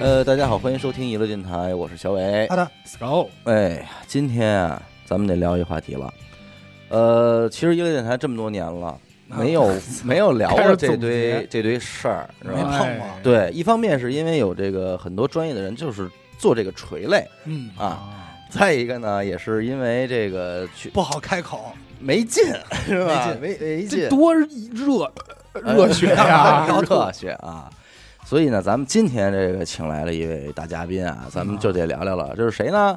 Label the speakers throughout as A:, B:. A: 呃，大家好，欢迎收听娱乐电台，我是小伟。
B: 好的，Go，
A: 哎，今天啊，咱们得聊一话题了。呃，其实娱乐电台这么多年了，没 有、没有聊
B: 啊开
A: 过
B: 始
A: 这
B: 总结
A: 堆这堆事儿，知道
B: 没
A: 吧？
C: 哎
B: 碰过，
A: 对，一方面是因为有这个很多专业的人就是做这个垂类，
B: 嗯
A: 啊，再一个呢，也是因为这个去
B: 不好开口，
A: 没劲，是吧？
B: 没
A: 没没
C: 这
A: 劲，
C: 多热
B: 哎
A: 呃
C: 热血呀、
A: 高热血啊！所以呢，咱们今天这个请来了一位大嘉宾啊，咱们就得聊聊了，这是谁呢？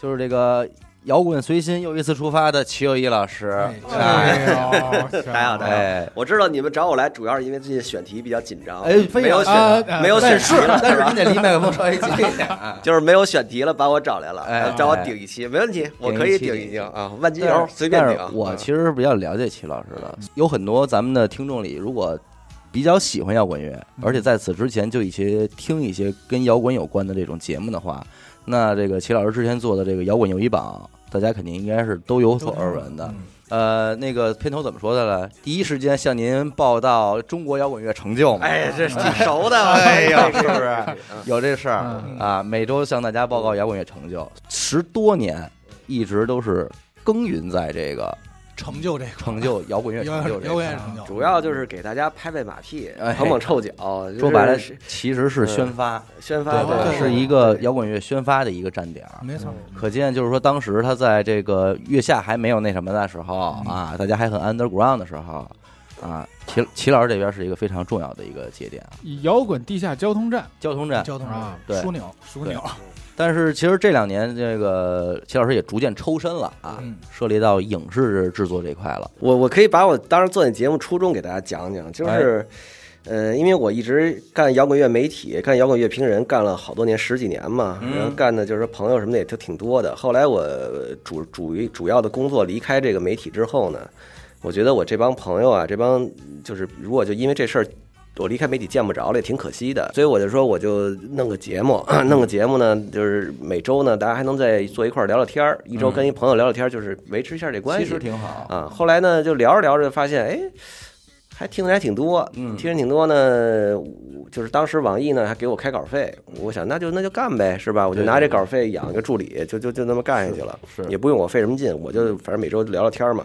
A: 就是这个摇滚随心又一次出发的齐友一老师。哎，
B: 呦，
D: 大家好，大家好。
A: 哎
D: 我知道你们找我来，主要是因为最近选题比较紧张，
A: 哎非
D: 没有选，
B: 啊啊
D: 没有选
A: 但
D: 题
A: 是
D: 了，
A: 但是
D: 吧
A: 你得离麦克风稍微近一点啊。
D: 就是没有选题了，把我找来了，
A: 哎
D: 呃找我顶一期，没问题，我可以顶一
A: 顶一期
D: 顶啊，万金
A: 但
D: 油
A: 是
D: 随便
A: 但
D: 顶
A: 是
D: 啊。
A: 我
D: 嗯
A: 其实是比较了解齐老师的，有很多咱们的听众里，如果比较喜欢摇滚乐，而且在此之前就一些听一些跟摇滚有关的这种节目的话，那这个齐老师之前做的这个摇滚友谊榜，大家肯定应该是都有所耳闻的。呃，那个片头怎么说的了？第一时间向您报道中国摇滚乐成就嘛。
D: 哎，这是挺熟的，
A: 哎呦
D: 呀，
A: 是不是
D: 嗯
A: 有这事儿
C: 嗯
A: 啊，每周向大家报告摇滚乐成就，十多年一直都是耕耘在这个
B: 成就这个
A: 成 就摇滚乐
B: 摇
A: 成就
B: 滚
A: 这
B: 摇
A: 个啊
B: 滚。也成就，
D: 主要就是给大家拍拍马屁
A: 哎，
D: 捧捧臭脚，就是呃
A: 说白了，其实是宣发，
D: 宣发
A: 对
B: 对
D: 嘛
B: 对
A: 是一个摇滚乐宣发的一个站点儿。
B: 嗯没错，
A: 可见，就是说，当时他在这个月下还没有那什么的时候
B: 嗯
A: 啊，大家还很 underground 的时候啊，齐齐老师这边是一个非常重要的一个节点啊，
C: 摇滚地下交通站，
A: 交通站。
B: 交通
C: 啊
A: 对
B: 枢纽，枢纽，
A: 但是其实这两年，这个齐老师也逐渐抽身了啊
B: 嗯，
A: 涉猎到影视制作这一块了。
D: 我我可以把我当时做那节目初衷给大家讲讲，就是，
A: 哎
D: 呃，因为我一直干摇滚乐媒体，干摇滚乐评人，干了好多年，十几年嘛，
A: 嗯
D: 然后干的就是朋友什么的也都挺多的。后来我主主主要的工作离开这个媒体之后呢，我觉得我这帮朋友啊，这帮就是如果就因为这事儿。我离开媒体见不着了，也挺可惜的，所以我就说，我就弄个节目， 弄个节目呢，就是每周呢，大家还能再坐一块儿聊聊天儿，一周跟一朋友聊聊天儿，就是维持一下这关系。
A: 嗯其实挺好，
D: 啊，后来呢，就聊着聊着发现，哎，还听的还挺多，
A: 嗯
D: 听着挺多呢。我就是当时网易呢还给我开稿费，我想那就那就干呗，是吧？我就
A: 对
D: 拿
A: 对
D: 这稿费养一个助理，就就就那么干下去了，
A: 是嗯
D: 也不用我费什么劲，我就反正每周聊聊天儿嘛。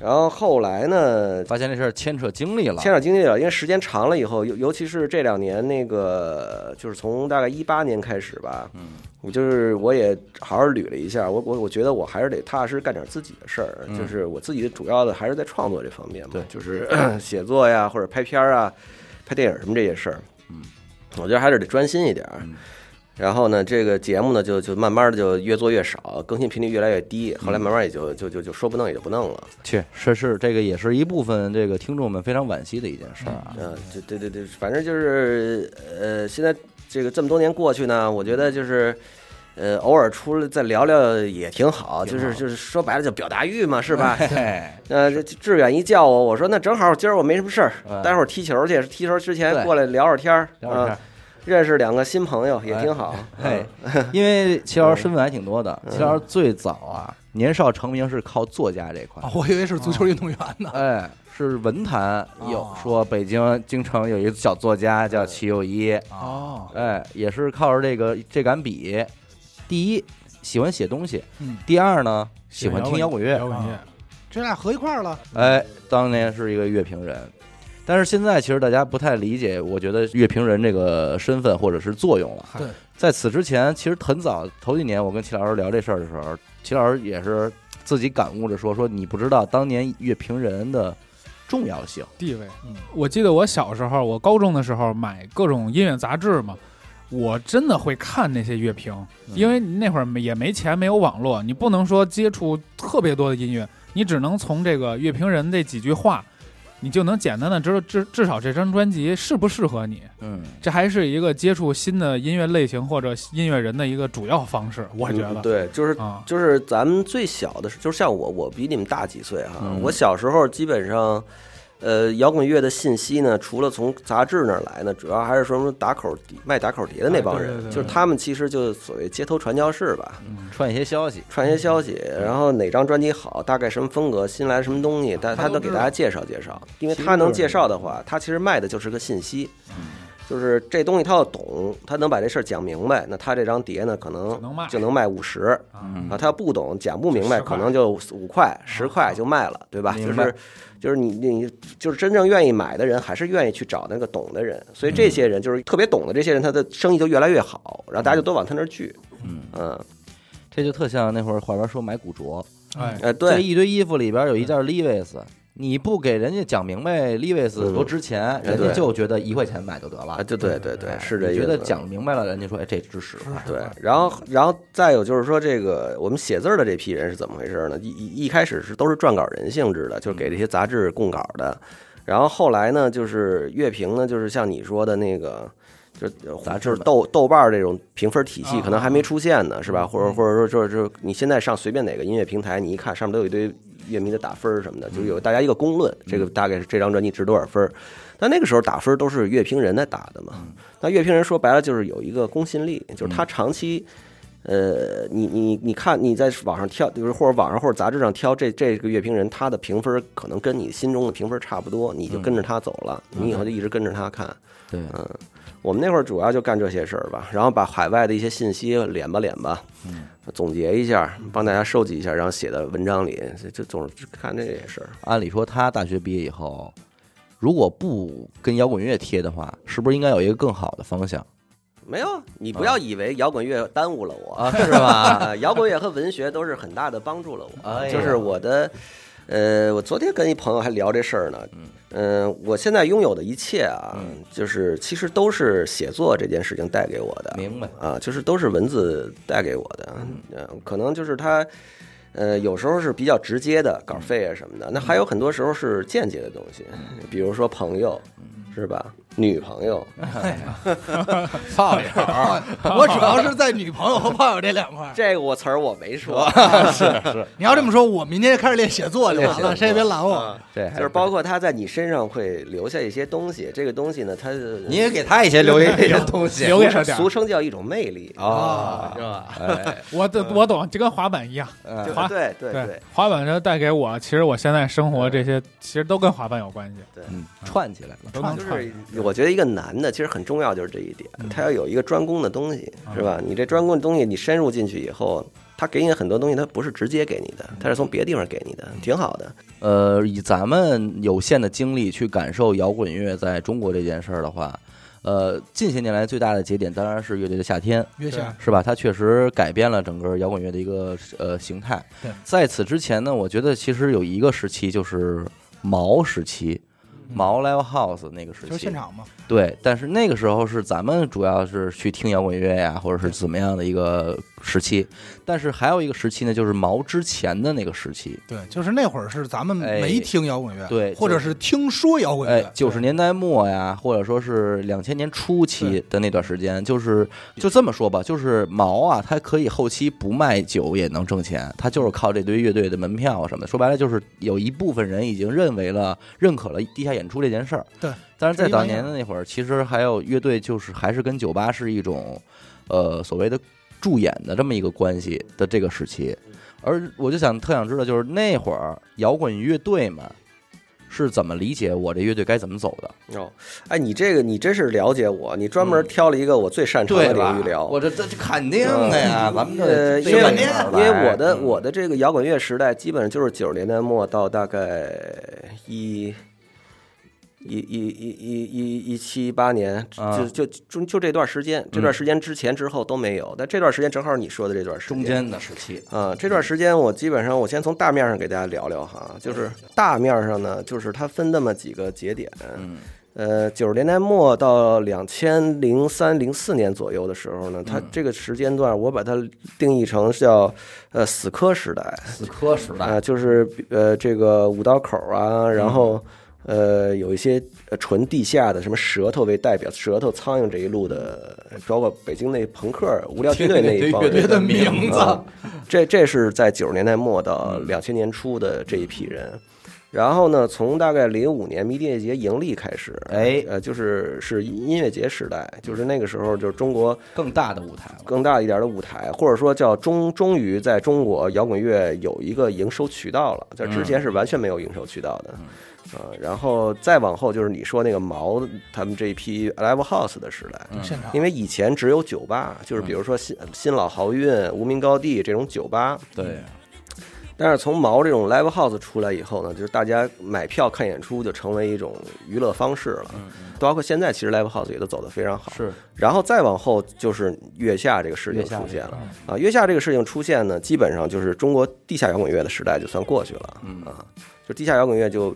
D: 然后后来呢，
A: 发现这事儿牵扯精力了
D: 牵。扯经济了，因为时间长了以后，尤尤其是这两年，那个就是从大概一八年开始吧，嗯，我就是我也好好捋了一下，我我我觉得我还是得踏踏实实干点自己的事儿，就是我自己主要的还是在创作这方面嘛，
A: 对
D: 就是写作呀或者拍片儿啊、拍电影什么这些事儿，嗯，我觉得还是得专心一点儿。然后呢，这个节目呢，就就慢慢的就越做越少，更新频率越来越低。后来慢慢也就就就就说不弄也就不弄了。
A: 去，是是，这个也是一部分这个听众们非常惋惜的一件事儿啊。
D: 嗯，对对对对，反正就是呃，现在这个这么多年过去呢，我觉得就是。呃，偶尔出来再聊聊也挺好，就是就是说白了就表达欲嘛，是吧？
A: 对，
D: 呃，这志远一叫我，我说那正好今儿我没什么事儿，待会儿踢球去，踢球之前
A: 嗯对
D: 过来聊会儿天儿
A: 聊会儿天
D: 啊，认识两个新朋友也
A: 哎
D: 挺 好。
A: 哎，因为齐老师身份还挺多的，齐老师最早啊，年少成名是靠作家这块
C: 哦
B: 啊，， 我以为是足球运动员呢，
A: 哎，是文坛有
B: 哦
A: 说北京京城有一个小作家叫齐友一，
B: 哦，
A: 哎，也是靠着这个这杆笔，第一喜欢写东西
B: 嗯，
A: 第二呢喜欢听摇滚乐
C: 摇，滚乐，
B: 这俩合一块儿了，
A: 哎，当年是一个乐评人。但是现在其实大家不太理解，我觉得乐评人这个身份或者是作用了。
B: 对，
A: 在此之前，其实很早头几年，我跟齐老师聊这事儿的时候，齐老师也是自己感悟着说：“说你不知道当年乐评人的重要性。
C: 地位
B: 嗯。
C: 我记得我小时候，我高中的时候买各种音乐杂志嘛，我真的会看那些乐评，因为那会儿也没钱，没有网络，你不能说接触特别多的音乐，你只能从这个乐评人这几句话，你就能简单的知道至至少这张专辑适不适合你。”
A: 嗯，
C: 这还是一个接触新的音乐类型或者音乐人的一个主要方式，我觉得。
D: 嗯对，就是
C: 啊，
D: 就是咱们最小的时，就是像我，我比你们大几岁哈、啊
A: 嗯
D: 我小时候基本上，呃，摇滚乐的信息呢，除了从杂志那儿来呢，主要还是说什么打口碟卖打口碟的那帮人，
C: 啊对对对嗯
D: 就是他们其实就所谓街头传教士吧，
A: 串一些消息。
D: 传些消息，然后哪张专辑好，大概什么风格，新来什么东西，他他
B: 他都
D: 能给
B: 知
D: 大
C: 嗯
B: 道
D: 家介绍介绍，因为他能介绍的话，他其实卖的就是个信息。就是这东西他要懂，他能把这事儿讲明白，那他这张碟呢可
C: 就
D: 能
C: 能卖
D: 就能卖五十
A: 嗯
C: 啊，
D: 啊。他要不懂，讲不明白，
C: 10块
D: 可能就五块、十块就卖了，对吧？就
A: 啊明白
D: 是就是你你就是真正愿意买的人，还是愿意去找那个懂的人。所以
A: 嗯
D: 这些人就是特别懂的这些人，他的生意就越来越好，然后大家就都往他那儿聚。
A: 嗯，
D: 嗯，
A: 这就特像那会儿话边说买古着，
C: 哎，
A: 这
D: 哎，对，
A: 一堆衣服里边有一件 Levi's，你不给人家讲明白 Levi's 多值钱，
D: 嗯
A: 人家
D: 对
A: 就觉得一块钱买就得
D: 啊，
A: 了。
D: 对对对对，
A: 哎
D: 是这
A: 你
D: 意
A: 觉
D: 思
A: 得。讲明白了，人家说哎这值十块。
D: 对，然后然后再有就是说，这个我们写字儿的这批人是怎么回事呢？一一一开始是都是撰稿人性质的，就是给这些杂志供稿的。然后后来呢，就是乐评呢，就是像你说的那个，就是
A: 杂志
D: 就是
A: 吧
D: 豆豆瓣儿这种评分体系
C: 啊嗯
D: 可能还没出现呢，是吧？或者或者说就是就是你现在上随便哪个音乐平台，你一看上面都有一堆乐迷的打分儿什么的，就是
C: 嗯
D: 有大家一个公论，这个大概是这张专辑值多少分儿。但那个时候打分儿都是乐评人在打的嘛，
C: 嗯
D: 那乐评人说白了就是有一个公信力，就是他长期，呃，你你你看你在网上挑，就是或者网上或者杂志上挑这这个乐评人，他的评分可能跟你心中的评分差不多，你就
C: 嗯
D: 跟着他走了，你以后就一直跟着他看。
A: 对，
D: 我们那会儿主要就干这些事儿吧，然后把海外的一些信息敛吧敛吧，总结一下，帮大家收集一下，然后写到文章里，就就总是看这些事儿。
A: 按理说他大学毕业以后，如果不跟摇滚乐贴的话，是不是应该有一个更好的方向
D: 没有，你不要以为摇滚乐耽误了我
A: 嗯啊？是 吧？
D: 啊，摇滚乐和文学都是很大的帮助了我。
A: 哎呀
D: 就是我的，呃，我昨天跟一朋友还聊这事儿呢。嗯、我现在拥有的一切啊，
A: 嗯
D: 就是其实都是写作这件事情带给我的。
A: 明白。
D: 啊，就是都是文字带给我的，嗯、可能就是它，呃，有时候是比较直接的稿费啊什么的，
A: 嗯
D: 那还有很多时候是间接的东西，比如说朋友，
A: 嗯
D: 是吧？女朋友，
A: 操你！
B: 我主要是在女朋友和炮友这两块儿。
D: 这个我词儿我没说，
B: 你要这么说，我明天就开始练写作就完
D: 练写作
B: 了，谁也别拦我。
A: 这还
D: 就是包括他在你身上会留下一些东西，这个东西呢，它是
A: 你也给他一些留一些东西
C: 留给他
D: 俗
C: 点儿
D: 俗称叫一种魅力，
A: 啊，
C: 我的我懂，就跟滑板一样，
A: 嗯
D: 嗯就
C: 滑
D: 对对对，嗯
C: 滑板它带给我，其实我现在生活这些其实都跟滑板有关系，
A: 嗯，串起来了。
C: 都
B: 啊
C: 能
D: 就
C: 串
D: 是我觉得一个男的其实很重要，就是这一点，他要有一个专攻的东西，是吧？你这专攻的东西，你深入进去以后，他给你的很多东西，他不是直接给你的，他是从别的地方给你的，挺好的。
A: 呃，以咱们有限的精力去感受摇滚乐在中国这件事儿的话，呃，近些年来最大的节点当然是乐队的夏天，
B: 月下，
A: 是吧？它确实改变了整个摇滚乐的一个呃形态
B: 对。
A: 在此之前呢，我觉得其实有一个时期就是毛时期，毛 live house 那个时
B: 嗯就是
A: 期
B: 现，场嘛，
A: 对。但是那个时候是咱们主要是去听摇滚乐呀，或者是怎么样的一个时期。但是还有一个时期呢，就是毛之前的那个时期，
B: 对，就是那会儿是咱们没听摇滚乐，
A: 对
B: 或者是听说摇滚
A: 哎
B: 乐，，
A: 九十年代末呀，或者说是两千年初期的那段时间，就是就这么说吧，就是毛啊，它可以后期不卖酒也能挣钱，它就是靠这堆乐队的门票什么的。说白了，就是有一部分人已经认为了、认可了地下演出这件事儿。
B: 对，
A: 但是在当年的那会儿，其实还有乐队就是还是跟酒吧是一种，呃，所谓的助演的这么一个关系的这个时期。而我就想特想知道，就是那会儿摇滚乐队们是怎么理解我这乐队该怎么走的？
D: 哦，哎，你这个你真是了解我，你专门挑了一个我最擅长的领域聊。
A: 我这这这肯定的呀，咱们
D: 呃，
A: 这
D: 因为
B: 半天
D: 因为我
A: 嗯
D: 的我的这个摇滚乐时代，基本上就是九十年代末到大概一。一一一一一一七一八年，
A: 啊嗯
D: 就就就就这段时间，这段时间之前之后都没有，但这段时间正好是你说的这段时间
A: 中间的时期，
D: 啊，这段时间我基本上我先从大面上给大家聊聊哈，就是大面上呢，就是它分那么几个节点，
A: 嗯
D: 呃，九十年代末到两千零三零四年左右的时候呢，它这个时间段我把它定义成叫呃死磕时代，
A: 死磕时
D: 啊、，就是呃这个五道口啊，然后呃有一些呃纯地下的，什么舌头为代表，舌头苍蝇这一路的，包括北京那朋克无聊梯队那一帮人
B: 乐队的名字
D: 啊这这是在九十年代末到两千年初的这一批人。然后呢，从大概零五年迷笛节盈利开始，
A: 哎
D: 呃，就是是音乐节时代，就是那个时候，就是中国
A: 更大的舞台了。
D: 更大一点的舞台，或者说叫终终于在中国摇滚乐有一个营收渠道了，在之前是完全没有营收渠道的。啊、然后再往后就是你说那个毛他们这一批 live house 的时代，
A: 嗯
B: 现场
D: 因为以前只有酒吧，就是比如说新新老豪运、无名高地这种酒吧，
A: 对，
D: 但是从毛这种 live house 出来以后呢，就是大家买票看演出就成为一种娱乐方式了，包括现在其实 live house 也都走得非常好。
A: 是
D: 然后再往后就是月下这个事情出现了啊，月下这个事情出现呢，基本上就是中国地下摇滚乐的时代就算过去了
A: 嗯
D: 啊，就地下摇滚乐就。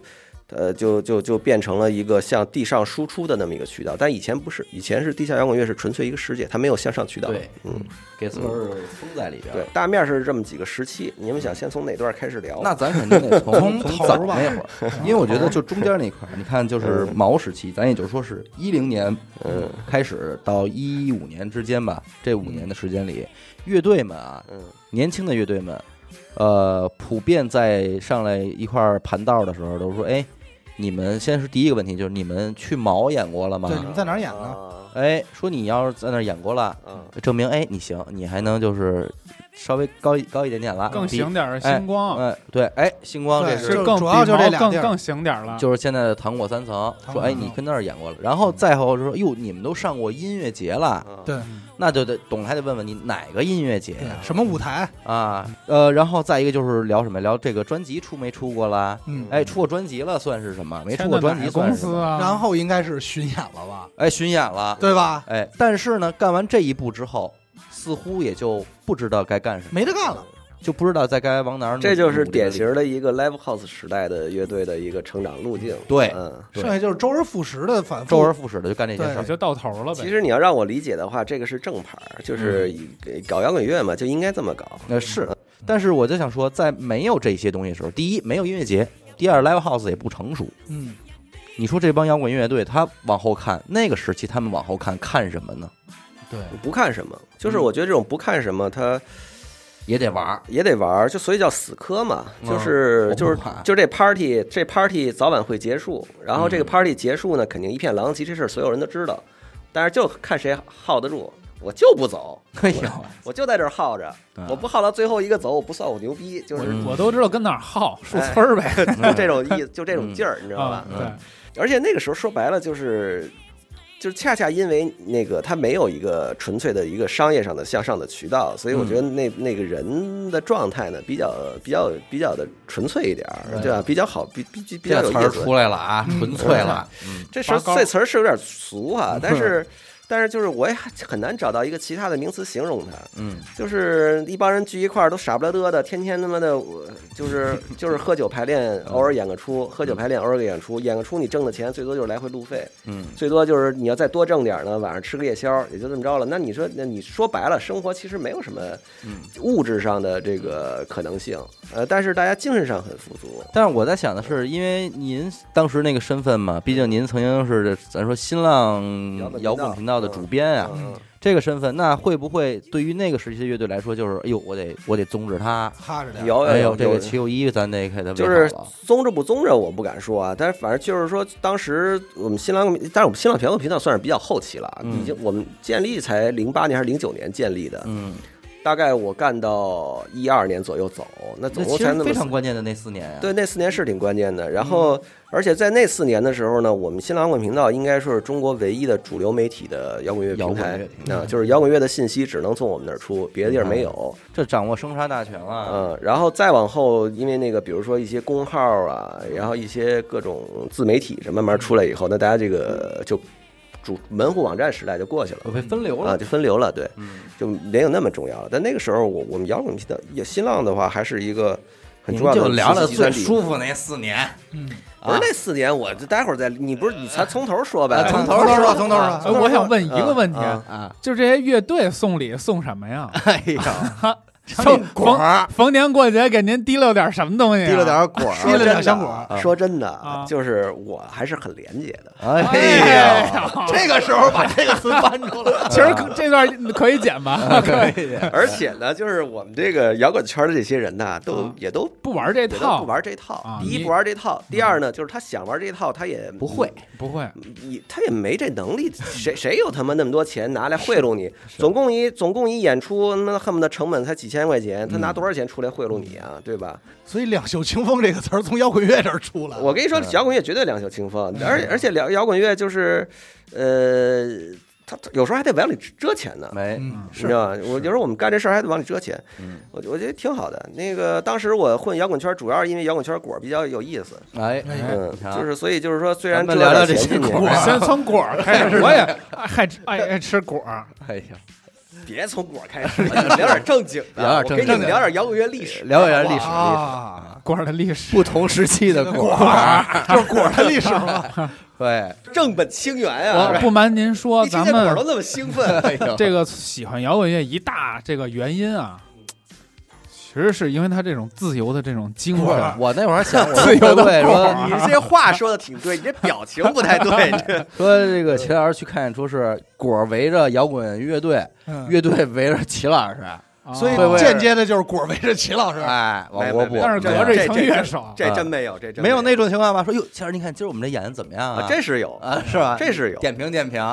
D: 呃，就就就变成了一个向地上输出的那么一个渠道，但以前不是，以前是地下摇滚乐是纯粹一个世界，它没有向上渠道。
A: 对
D: 嗯，
A: 给词儿封在里边。
D: 对，，大面是这么几个时期。你们想先从哪段开始聊？
A: 那咱肯定得从
B: 从头
A: 早
B: 吧
A: 那会儿，因为我觉得就中间那块儿，你看就是毛时期，咱也就是说是一零年呃
D: 嗯
A: 开始到一五年之间吧，这五年的时间里，乐队们啊，
D: 嗯
A: 年轻的乐队们，呃，普遍在上来一块儿盘道的时候，都说，哎，你们先是第一个问题，就是你们去毛演过了吗
B: 对？你们在哪儿演呢？
D: 啊
A: 哎，说你要是在那儿演过了，
D: 啊
A: 证明哎你行，你还能就是稍微高一高一点点了，
C: 更
A: 比
C: 行点儿，
A: 哎
C: 星
D: 呃
C: 光
A: 哎，对，哎，星光
B: 对
A: 这
B: 是
A: 是
C: 是更
B: 主
C: 比
B: 要就这
C: 毛
B: 俩地
C: 更
B: 儿
C: 更行点儿了，
A: 就是现在的糖果三层，
B: 啊糖
A: 说
B: 果
A: 哎，
B: 三层
A: 你跟那儿演过了，然后再后说哟，你们都上过音乐节了，
D: 啊
B: 对
A: 那就得懂了还得问问你哪个音乐节
B: 嗯对
A: 呀，
B: 什么舞台？
A: 啊？呃，然后再一个就是聊什么？聊这个专辑出没出过啦？
B: 嗯，
A: 哎，出过专辑了算是什么？没
C: 签
A: 出过
C: 的
A: 专
C: 哪
A: 辑
C: 个
A: 算
C: 公
A: 是什
C: 司
A: 么？
C: 啊，
B: 然后应该是巡演了吧？
A: 哎，巡演了，
B: 对吧？
A: 哎，但是呢，干完这一步之后，似乎也就不知道该干什么，
B: 没得干了，
A: 就不知道再该往哪儿努。
D: 这就是
A: 努力了
D: 典型的一个 live house 时代的乐队的一个成长路径。
A: 对
D: 嗯，
A: 对
B: 剩下就是周而复始的反复。
A: 周而复始的就干这些事
C: 也
A: 儿。
C: 就到头了呗。
D: 其实你要让我理解的话，这个是正牌儿，就是以搞摇滚乐嘛，就应该这么搞。
A: 嗯那是，但是我就想说，在没有这些东西的时候，第一没有音乐节，第二 live house 也不成熟。
B: 嗯，
A: 你说这帮摇滚乐队，他往后看那个时期，他们往后看看什么呢？
B: 对，
D: 不看什么，
A: 嗯
D: 就是我觉得这种不看什么，他
A: 也得玩儿，
D: 也得玩儿，就所以叫死磕嘛，
A: 嗯
D: 就是
A: 我不
D: 就是
A: 怕
D: 就是这 party 这 party 早晚会结束，然后这个
A: 嗯
D: party 结束呢，肯定一片狼藉，这事儿所有人都知道，但是就看谁耗得住，我就不走，
A: 哎呦，
D: 我就在这儿耗着，我不耗到最后一个走，我不算我牛逼，就是
A: 嗯
C: 我都知道跟哪儿耗，树村儿呗，
D: 这种意思，就这种劲 儿，你知道吧
A: 嗯
D: 嗯
C: 啊，？对，
D: 而且那个时候说白了就是，就是恰恰因为那个他没有一个纯粹的一个商业上的向上的渠道，所以我觉得
A: 嗯
D: 那、那个人的状态呢比较比较比较的纯粹一点儿，对吧？比较好，比比比比较
A: 这
D: 有
A: 词儿
D: 意思
A: 出。来了啊，纯粹了，
D: 这词儿
C: 拔高
D: 这词儿是有点俗 啊，但是。但是就是我也很难找到一个其他的名词形容它，
A: 嗯，
D: 就是一帮人聚一块儿都傻不了嘚的，天天他妈的，我就是就是喝酒排练，
A: 嗯
D: 偶尔演个出，喝酒排练偶尔演个出，演个出你挣的钱最多就是来回路费，
A: 嗯，
D: 最多就是你要再多挣点儿呢，晚上吃个夜宵，也就这么着了。那你说，那你说白了，生活其实没有什么物质上的这个可能性，呃，但是大家精神上很富足。
A: 但是我在想的是，因为您当时那个身份嘛，毕竟您曾经是咱说新浪摇
D: 摇
A: 滚
D: 滚
A: 频
D: 频
A: 道
D: 道
A: 的主编啊，
D: 嗯，
A: 这个身份，那会不会对于那个时期的乐队来说，就是哎呦，我得我得宗旨他，
B: 踏实点儿。
D: 有
A: 哎
D: 哦有
A: 呦，这个齐友一咱得给他
D: 就是
A: 围好了啊
D: 宗着不宗着，我不敢说啊，但是反正就是说，当时我们新浪，但是我们新浪摇滚频道算是比较后期了啊，
A: 嗯
D: 已经我们建立才零八年还是零九年建立的，
A: 嗯，
D: 大概我干到一二年左右走，
A: 那
D: 那总共
A: 其
D: 才
A: 实
D: 那么
A: 非
D: 四
A: 常关键的那嗯四年啊呀，
D: 对，那四年是挺关键的。然后，而且在那四年的时候呢，我们新浪摇滚频道应该说是中国唯一的主流媒体的摇滚乐
A: 摇
D: 平
A: 滚
D: 台
A: 乐平
D: 啊，就是摇滚乐的信息只能从我们那儿出，别的地儿没有。
A: 这掌握生杀大权了，
D: 嗯，然后再往后，因为那个，比如说一些公号啊，然后一些各种自媒体什么慢慢出来以后，那大家这个就主门户网站时代就过去了。
A: 我被分流
D: 啊，
A: 了，
D: 就分流了，对，
A: 嗯
D: 就没有那么重要了。但那个时候我，我们摇滚频道也新浪的话，还是一个很
A: 您
D: 重要的
A: 就聊聊
D: 信息集散
A: 最
D: 地
A: 舒服那四年，
B: 嗯，
D: 啊不是那四年，我就待会儿再。你不是你才从头说呗？
A: 啊从
B: 头说，从头说，
C: 哎我想问一个问题，
D: 啊
A: 啊，
C: 就是这些乐队送礼送什么 呀？
A: 哎呀，
B: 哎
C: 就
B: 果儿
C: 逢逢年过节给您提溜点什么东西、啊？
D: 提了点果儿，
B: 提了点香果儿
D: 说真的
C: 啊，
D: 就是我还是很廉洁的。
A: 哎呀，
C: 啊
B: 这个时候把这个词搬 出来，
C: 其实可这段可以剪
A: 哎
D: 嗯
C: 吧？可以，
D: 而且呢，就是我们这个摇滚圈的这些人呐，都
C: 啊
D: 也都
C: 不玩这
D: 也都
C: 套，
D: 不玩这
C: 啊
D: 套。第一
C: 你嗯
D: 不玩这套，第二呢，就是他想玩这套，他也不会。
C: 不会。
D: 你他也没这能 力，谁谁有他妈那么多钱拿来贿赂你？总共一总共一演出，那恨不得成本才几千块钱，
C: 嗯
D: 他拿多少钱出来贿赂你啊？对吧？
B: 所以“两袖清风”这个词儿从摇滚乐这儿出来。
D: 我跟你
A: 嗯
D: 说，摇滚乐绝对两袖清风，而且而且摇摇滚乐就是，呃，他他有时候还得往里遮钱呢。
A: 没，
B: 嗯，
D: 你知道吧？我有时候我们干这事儿还得往里遮钱，
A: 嗯
D: 我我觉得挺好的。那个当时我混摇滚圈，主要是因为摇滚圈果儿比较有意思，
A: 哎，
C: 哎
D: 嗯
A: 你看，啊
D: 就是所以就是说，虽然
A: 咱们
D: 遮点
A: 聊聊这
D: 钱
A: 些
D: 进去
A: 果
C: 我
A: 儿
C: 先从果儿开始，我也爱吃爱爱吃果儿，
A: 哎呀，
D: 别从果儿开始，聊点正经 的，
A: 聊点正经的
D: 我跟你们聊点摇滚乐历 史。
A: 聊一下历史，
B: 啊，
C: 果儿的历史。
A: 不同时期的啊果儿，
B: 就是果儿的历史 嘛。
A: 对，
D: 正本清源啊！
C: 我
D: 是吧
C: 不瞒您说，
D: 一听
C: 咱
D: 见果儿
C: 们
D: 都那么 兴奋，
A: 哎呦，
C: 这个喜欢摇滚乐一大这个原因啊，其实是因为它这种自由的这种精
A: 不是
C: 神。啊
A: 我那会儿想，我说会不会说
D: 你这些话说的挺对，你这表情不太 对。这
A: 说这个齐老师去看演出是果儿围着摇滚乐队，
B: 嗯
A: 乐队围着齐老师，
C: 啊
B: 所以
A: 会不会
B: 间接的就是果儿围着齐老师，
A: 哎，王国部，
D: 没
C: 但是
D: 这
C: 隔着
D: 这
C: 一层
D: 这
C: 乐手，
D: 这真没有，这真
A: 没有
D: 有
A: 那种情况吧？说哟，齐老师，你看今儿我们这演的怎么样啊？
D: 啊，这是有，
A: 啊，是吧？
D: 这是有。
A: 点评点评，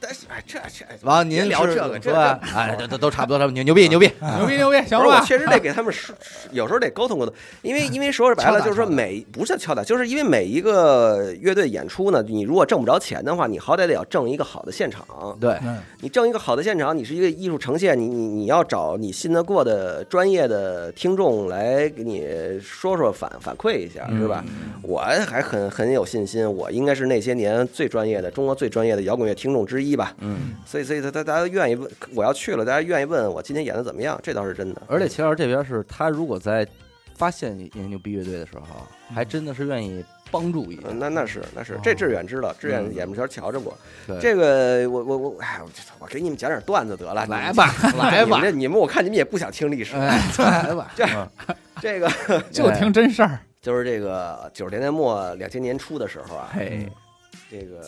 D: 但是哎，这这
A: 完您
D: 别聊
A: 是
D: 这个，
A: 是
D: 这
A: 吧？哎，都都都差不多，差不多，牛牛逼牛逼，
C: 牛逼 牛逼，行了
D: 不是，我
C: 吧？
D: 确实得给他们说，有时候得沟通沟通，因为因为说是白了，就是说每不是敲打，就是因为每一个乐队演出呢，你如果挣不着钱的话，你好歹得要挣一个好的现场。
A: 对，
D: 你挣一个好的现场，你是一个艺术呈现，你你你要找你信得过的专业的听众来给你说说反反馈一下，是吧？
A: 嗯
D: 我还很很有信心，我应该是那些年最专业的中国最专业的摇滚乐听众之一吧。
A: 嗯。
D: 所以所以大大大家愿意问，我要去了，大家愿意问我今天演的怎么样，这倒是真的。
A: 而且齐老师这边是他如果在发现研究 B 乐队的时候，还真的是愿意帮助一下
D: 嗯，。那那是那是
C: 哦，
D: 这志远知道，志远
A: 嗯
D: 演幕前瞧着过。
A: 对
D: 这个我我我，哎，我我给你们讲点段子得了，你们
A: 来吧，来
D: 你们
A: 吧，
D: 这你们我看你们也不想听历 史。
A: 哎，来吧，嗯
D: 这这个
C: 就听真事儿。
D: 就是这个九十年代末两千年初的时候啊，
A: 嘿，
D: 这个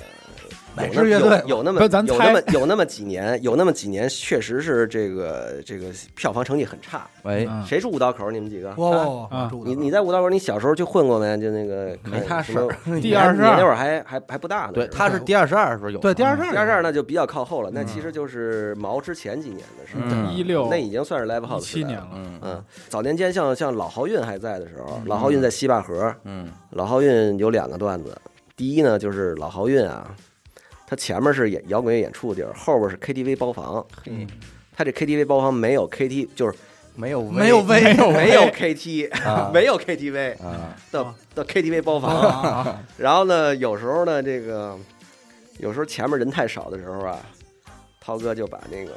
B: 哪
D: 有
B: 支
D: 那
B: 乐
D: 有
B: 队
D: 有那么
C: 不是咱
D: 有
C: 猜
D: 那么有那么几年，有那么几年确实是这个这个票房成绩很差。
A: 喂，
C: 嗯
D: 谁是五道口？你们几个？
B: 哇
D: 啊
B: 哇
C: 啊
B: 哇！住的
D: 你你在五道口，你小时候就混过没？就那个
A: 没
D: 看
A: 他
D: 什 么
C: 第二
D: 你
C: 十
D: 那会
C: 二，
D: 儿还还还不大呢。
A: 对，
D: 吧
A: 他是第二十二的时候有，
B: 对第二十
D: 第二
B: 二
D: 十二那就比较靠后了，那
A: 嗯
D: 其实就是毛之前几年的事儿，
A: 嗯
C: 一六
D: 那已经算是 live
C: 一
D: house
C: 七
D: 时代
C: 年
D: 了。
C: 了，嗯
A: 嗯
D: 嗯，早年间像像老豪运还在的时候，老豪运在西坝河，
A: 嗯
D: 老豪运有两个段子，第一呢就是老豪运啊，他前面是演摇滚乐演出的地儿，后边是 KTV 包房，
A: 嗯，
D: 他这 KTV 包房没有 KT，就是
A: 没有
B: 没有
A: 威
B: 威，没有
D: 没有 KT，、
A: 啊
D: 没有 KTV
A: 啊，
D: 的的 KTV 包房，
B: 啊，
D: 然后呢，有时候呢，这个有时候前面人太少的时候啊，涛哥就把那个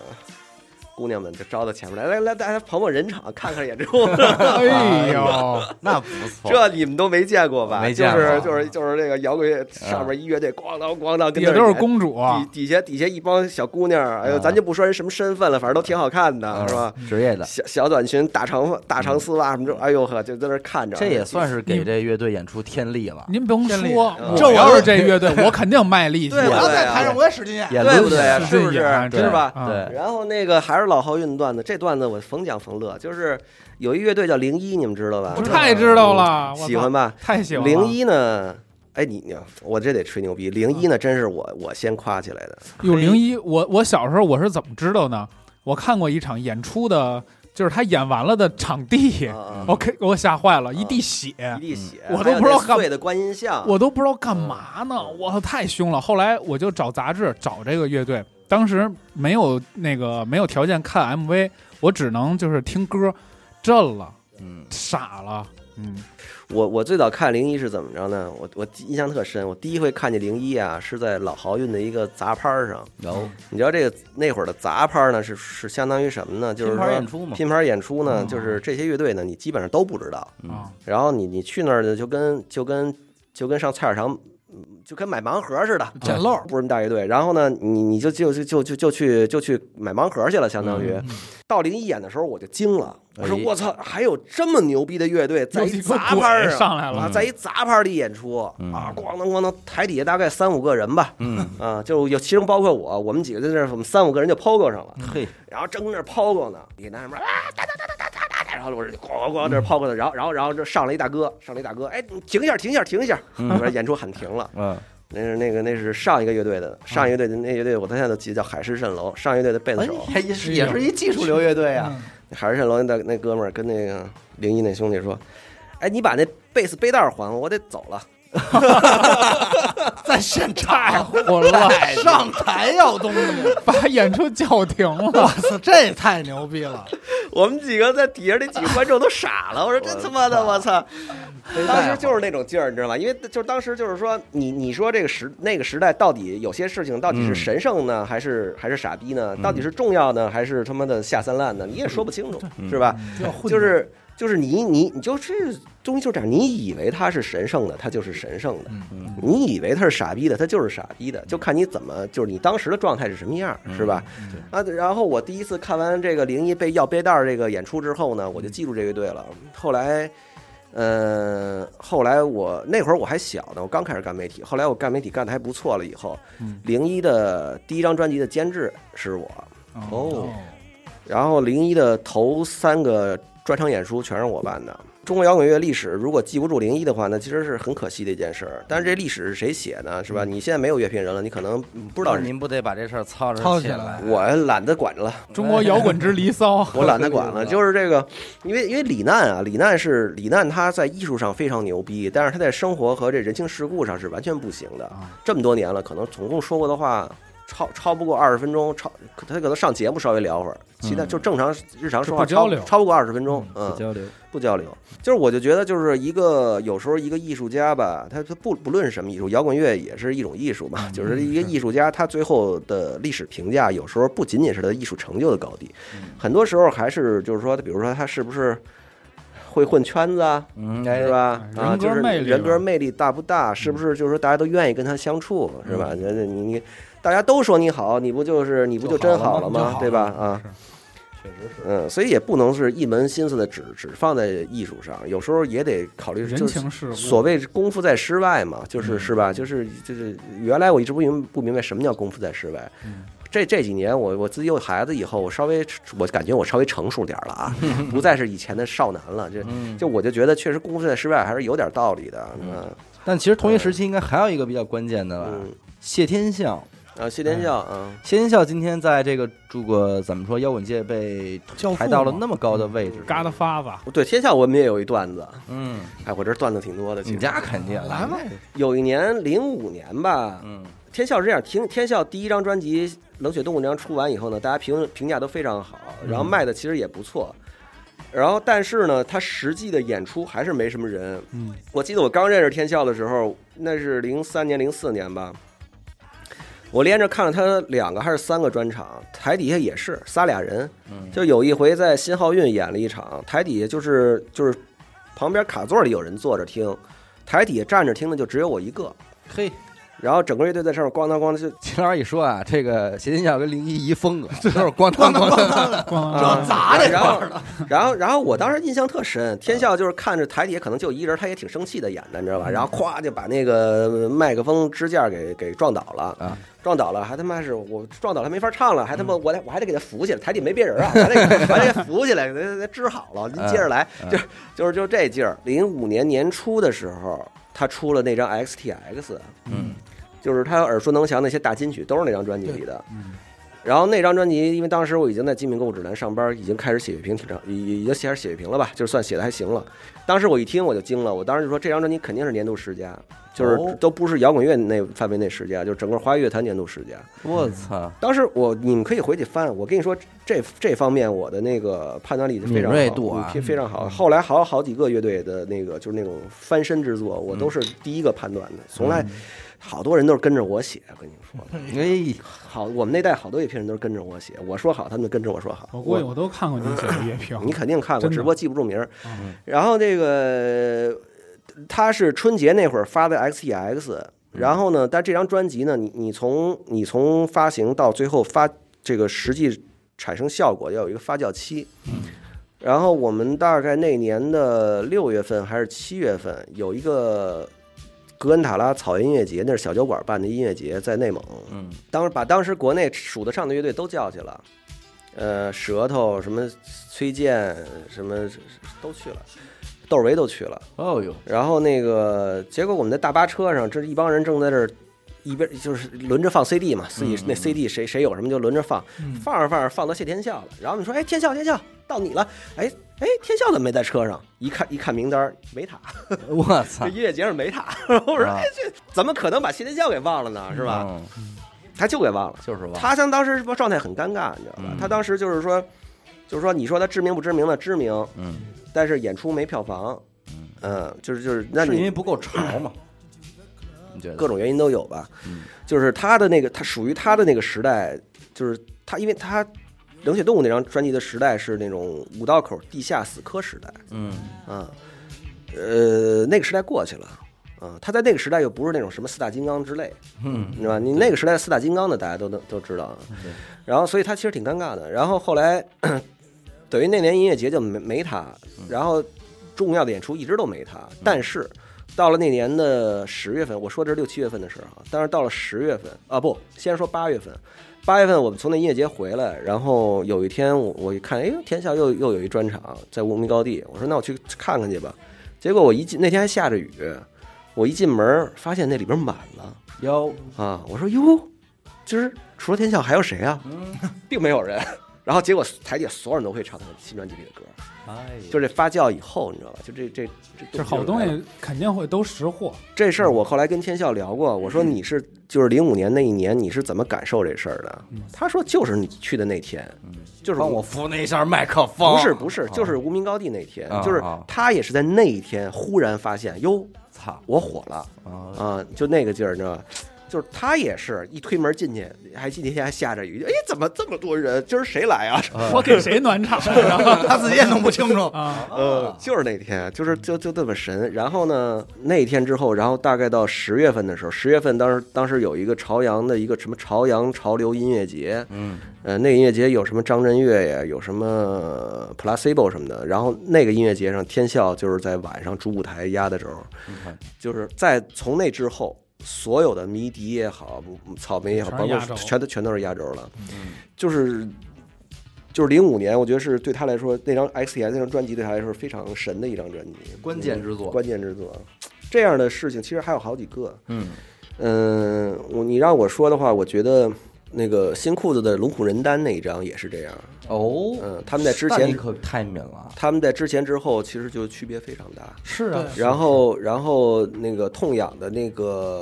D: 姑娘们就招到前面来，来来，大家捧捧人场，看看演出。
C: 哎呦，
A: 那不错，
D: 这你们都没见过吧？
A: 没见过嗯
D: 就是就是就是这个摇滚乐上面一乐队咣当咣当跟那
C: 也
D: 儿
C: 都是
D: 演
C: 公主啊，
D: 底底下底下一帮小姑娘，哎呦，
A: 啊
D: 咱就不说人什么身份了，反正都挺好看嗯的，
A: 啊
D: 是吧？
A: 职业的，嗯
D: 小小短裙、大长大长丝袜什么这，哎呦呵，就在那儿看着。
A: 这也算是给这乐队演出添力了，
C: 您甭
B: 真厉
C: 说
B: 害，
C: 我要是这乐队，我肯定卖力气。
D: 对
B: 我要
D: 对
B: 在
D: 啊
B: 台上我也使劲演，
A: 也
D: 对
A: 抡
D: 不对啊？
A: 起
D: 是不是
C: 是啊？
A: 对
D: 是吧？
C: 啊
A: 对
D: 然后那个还是老豪运段子，这段子我逢讲逢乐。就是有一乐队叫零一，你们知道吧？嗯
C: 我太知道了，我操
D: 喜欢吧？
C: 太喜欢了。
D: 零一呢？哎，你你，我这得吹牛逼。零一呢，真是我我先夸起来的。
C: 有零一，我我小时候我是怎么知道呢？我看过一场演出的，就是他演完了的场地，
D: 啊
C: 我给我吓坏了，一
D: 啊
C: 地血
D: 一，滴血，
C: 嗯我都
D: 还有
C: 不知道
D: 那
C: 干
D: 碎的观音像，
C: 我都不知道干嘛呢，我太凶了。后来我就找杂志找这个乐队，当时没有那个没有条件看 MV，我只能就是听歌，震了，
A: 嗯，
C: 傻了，嗯，
D: 我我最早看零一是怎么着呢？我我印象特深，我第一回看见零一啊，是在老豪运的一个杂拍儿上。
A: 有
D: 你知道这个那会儿的杂拍儿呢，是是相当于什么呢？就是
A: 拼
D: 说
A: 盘演出嘛，
D: 拼盘演出呢，
C: 嗯
D: 就是这些乐队呢，你基本上都不知道。
A: 嗯
C: 啊，
D: 然后你你去那儿呢，就跟就跟就跟上菜市场，嗯就跟买盲盒 似的，
B: 捡漏儿，
D: 不是那么大乐队。然后呢，你你就就就就就就去就去买盲盒去了，相当于。到零一演的时候，我就惊了，我说
A: 哎
D: 我操，还有这么牛逼的乐队在
C: 又
D: 一
C: 一个
D: 杂拍儿
C: 鬼
D: 啊
C: 上来了
D: 啊，在一杂拍儿里演出
A: 嗯
D: 啊，咣当咣当，台底下大概三五个人吧。
A: 嗯，
D: 啊，就是有其中包括我，我们几个在那儿，我们三五个人就 POGO 上了，
A: 嘿，
D: 然后正跟那儿 POGO 呢，一男什么啊哒哒哒哒哒哒哒哒，然后我这咣咣咣这 POGO 呢，然后然后然后这上来一大哥，上来一大哥，哎，你停一下，停一下，停一下，
A: 嗯
D: 我说演出喊停了，
A: 嗯，
D: 那是那个那是上一个乐队的，上
A: 哎
D: 一个乐队的那乐队我到现在都记得叫海市蜃楼，上一个乐队的贝斯手，
A: 也是也是一技术流乐队啊，
D: 海市蜃楼那大那哥们儿跟那个零一那兄弟说：“哎，你把那贝斯背带儿还我，我得走了。
B: 在现场啊
C: 火了，
B: 上台要 东西，
C: 把演出叫停
B: 我
C: 了。
B: 操，这太牛逼了！”
D: 我们几个在底下那几个观众都傻了，我说：“这他妈的，我操！”当时就是那种劲儿，你知道吗？因为就是当时就是说，你你说这个时那个时代到底有些事情到底是
A: 嗯
D: 神圣呢，还是还是傻逼呢？到底是重要呢，还是他妈的下三滥呢？你也说不清楚，是吧？
C: 嗯
D: 就是就是你你你就是东西就这样，你以为它是神圣的，它就是神圣的；你以为它是傻逼的，它就是傻逼的，就看你怎么就是你当时的状态是什么样儿，是吧？啊，然后我第一次看完这个灵异被要背带儿这个演出之后呢，我就记住这个乐队了。后来。呃，后来我那会儿我还小呢，我刚开始干媒体。后来我干媒体干的还不错了，以后
C: 嗯，
D: 零一的第一张专辑的监制是我，
C: 哦，
D: 然后零一的头三个专场演出全是我办的。中国摇滚乐历史如果记不住零一的话，那其实是很可惜的一件事儿。但是这历史是谁写的，是吧？你现在没有乐评人了，你可能不知道
A: 那。您不得把这事儿操着
B: 操起
A: 来
B: 来
D: 我懒得管了，
C: 中国摇滚之离骚，
D: 我懒得管了。就是这个，因为因为李楠啊，李楠是李楠，他在艺术上非常牛逼，但是他在生活和这人情世故上是完全不行的。
C: 啊
D: 这么多年了，可能总共说过的话超超不过二十分钟，超可他可能上节目稍微聊会儿，其他
A: 嗯
D: 就正常日常说
C: 就
D: 话
C: 不交
D: 超
C: 流
D: 超不过二十分钟， 嗯，
A: 交流，
D: 不交流。就是我就觉得，就是一个有时候一个艺术家吧，他他不不论什么艺术，摇滚乐也是一种艺术嘛。就是一个艺术家，他最后的历史评价，有时候不仅仅是他的艺术成就的高低，很多时候还是就是说，比如说他是不是会混圈子啊，
A: 嗯，
D: 是吧？
C: 哎人格
D: 啊，就是
C: 魅力嗯
D: 人格
C: 吧
D: 魅力大不大？是不是就是说大家都愿意跟他相处，是吧？
C: 嗯
D: 你你你，大家都说你好，你不就是你不就真好
C: 就好
D: 了吗
C: 了？
D: 对吧？啊，
A: 确实是。
D: 嗯，所以也不能是一门心思的只只放在艺术上，有时候也得考虑
C: 人
D: 就是。
C: 情世故，嗯
D: 所谓功夫在诗外嘛，就是是吧？就是就是原来我一直不明不明白什么叫功夫在诗外。
C: 嗯
D: 这这几年我我自己有孩子以后，我稍微我感觉我稍微成熟点儿了 啊，不再是以前的少男了。就
A: 嗯，
D: 就我就觉得确实功夫在诗外还是有点道理的。嗯
A: 但其实同一时期应该还有一个比较关键的吧，
D: 嗯，
A: 谢天笑。
D: 啊，谢天笑啊，
A: 谢天笑今天在这个这个怎么说摇滚界被
B: 教父
A: 抬到了
B: 嘛
A: 那么高的位置，
C: 嘎的发吧，
D: 嗯对天笑我们也有一段子，
A: 嗯，
D: 哎，我这段子挺多的。其
A: 你
D: 实
A: 家肯定
B: 来吧，
D: 有一年零五年吧，
A: 嗯
D: 天笑是这样，听天笑第一张专辑《冷血动物》那张出完以后呢，大家评评价都非常好，
A: 嗯
D: 然后卖的其实也不错。然后，但是呢，他实际的演出还是没什么人。
C: 嗯，
D: 我记得我刚认识天笑的时候，那是零三年、零四年吧。我连着看了他两个还是三个专场，台底下也是仨俩人。
A: 嗯
D: 就有一回在新奥运演了一场，台底下就是就是旁边卡座里有人坐着听，台底下站着听的就只有我一个。
A: 嘿，
D: 然后整个乐队在上面咣当咣当就
A: 秦老师一说啊，这个谢天笑跟零一一风格，就是咣当 咣当的，
C: 光
B: 这砸这块儿了，
D: 然后，然后我当时印象特深，天笑就是看着台底下可能就一人，他也挺生气的演的，你知道
A: 嗯
D: 吧？然后咵就把那个麦克风支架给给撞倒了
A: 啊，嗯
D: 撞倒了，还他妈是我撞倒了没法唱了，还他妈我得我还得给他扶起来，台底没别人啊，还得给 还得给他扶起来，给他给他支好了，您接着来，
A: 嗯
D: 就是就是就是这劲儿。零五年年初的时候，他出了那张 XTX，
A: 嗯
D: 就是他耳熟能详那些大金曲都是那张专辑里的。
C: 嗯
D: 然后那张专辑，因为当时我已经在《精品购物指南》上班，已经开始写乐评，挺长，已已经开始写乐评了吧，就是算写的还行了。当时我一听我就惊了，我当时就说这张专辑肯定是年度十佳，就是
A: 哦
D: 都不是摇滚乐那范围内十佳，就是整个华语乐坛年度十佳。
A: 我操，
D: 当时我你们可以回去翻，我跟你说这这方面我的那个判断力是非常好
A: 敏锐度啊
D: 嗯非常好。后来好好几个乐队的那个就是那种翻身之作，我都是第一个判断
A: 嗯
D: 的，从来好多人都是跟着我写，我跟你说。
A: 哎，
D: 好，我们那代好多一批人都是跟着我写，我说好，他们就跟着我说好。
C: 我估计我都看过你写的乐评
D: 我，你肯定看过，
C: 真的嗯
D: 只不过记不住名儿。然后这个呃他是春节那会儿发的 XEX，然
C: 嗯
D: 后呢，但这张专辑呢，你你从你从发行到最后发这个实际产生效果，要有一个发酵期。
C: 嗯
D: 然后我们大概那年的六月份还是七月份，有一个格恩塔拉草原音乐节，那是小酒馆办的音乐节，在内蒙。
A: 嗯，
D: 当时把当时国内数得上的乐队都叫去了，呃，舌头什么崔健什么都去了，窦唯都去了。
A: 哦呦，
D: 然后那个结果我们在大巴车上，这一帮人正在这儿一边就是轮着放 CD 嘛，
A: 嗯
D: 自己那 CD 谁谁有什么就轮着放，
B: 嗯
D: 放着放着放到谢天笑了，然后你说哎天笑天笑到你了，哎哎天笑怎么没在车上？一看一看名单儿没他，
A: 我
D: 这
A: 操，
D: 音乐节上没他， 然后我说
A: 啊
D: 哎这怎么可能把谢天笑给忘了呢？是吧？
A: 嗯？
D: 他就给忘了。
A: 就是吧，
D: 他像当时状态很尴尬，你知道吧？
A: 嗯
D: 他当时就是说，就是说，你说他知名不知名呢？知名，
A: 嗯，
D: 但是演出没票房，
A: 嗯
D: 嗯，就是就是，那
A: 是因
D: 你
A: 为不够潮嘛？你觉得？
D: 各种原因都有吧
A: 嗯？
D: 就是他的那个，他属于他的那个时代，就是他，因为他《冷血动物》那张专辑的时代是那种五道口地下死磕时代，
A: 嗯
D: 啊，呃，那个时代过去了。啊，他在那个时代又不是那种什么四大金刚之类，
A: 嗯
D: 你知道吧？你那个时代四大金刚的大家都能都知道啊。
A: 对
D: 然后所以他其实挺尴尬的。然后后来等于那年音乐节就没没他，
A: 嗯
D: 然后重要的演出一直都没他。但是到了那年的十月份，我说这是六七月份的事儿啊，但是到了十月份啊，不，先说八月份。八月份我们从那音乐节回来，然后有一天我我一看，哎，天笑又又有一专场在无名高地，我说那我去看看去吧。结果我一进那天还下着雨，我一进门发现那里边满了。
A: 哟，
D: 啊，我说哟，今儿除了天笑还有谁啊？
A: 嗯
D: 并没有人。然后结果台底下所有人都会唱他新专辑里的歌，
A: 哎呀，
D: 就这发酵以后，你知道吧？就这这这
C: 这好东
D: 来了
C: 西肯定会都识货，
D: 这事儿我后来跟天笑聊过，我说
A: 嗯
D: 你是就是零五年那一年你是怎么感受这事儿的？他说就是你去的那天，就是
A: 嗯帮我扶那一下麦克风，
D: 不是不是，就是无名高地那天
A: 啊，
D: 就是
A: 啊
D: 他也是在那一天忽然发现，哟，
A: 操
D: 我火了。
A: 啊！
D: 啊，就那个劲儿，你知道吧？就是他也是一推门进去，还今天还下着雨，哎，怎么这么多人？今儿谁来啊？
C: 我给谁暖场然后。
B: 他自己也弄不清楚
C: 啊，
D: 呃，就是那天，就是就就这么神。然后呢，那天之后，然后大概到十月份的时候，十月份当时当时有一个朝阳的一个什么朝阳潮流音乐节，
A: 嗯，
D: 呃，那个音乐节有什么张震岳呀，有什么 Placebo 什么的。然后那个音乐节上，天笑就是在晚上主舞台压的时候，
C: 嗯
A: 你看
D: 就是在从那之后，所有的迷笛也好，草莓也好，
C: 全
D: 包
C: 是
D: 括
C: 压嗯轴
D: 全都全都是压轴了。就是就是零五年，我觉得是对他来说，那张 X E S 那张专辑对他来说是非常神的一张专辑，嗯
A: 关键之作
D: 关键之作。这样的事情其实还有好几个。
A: 嗯
D: 嗯，我你让我说的话，我觉得那个新裤子的《龙虎人丹》那一张也是这样。
A: 哦，
D: 嗯，他们在之
A: 那你
D: 前，
A: 可太敏了，
D: 他们在之前之后，其实就区别非常大。
C: 是啊，
D: 然后，然后那个痛痒的那个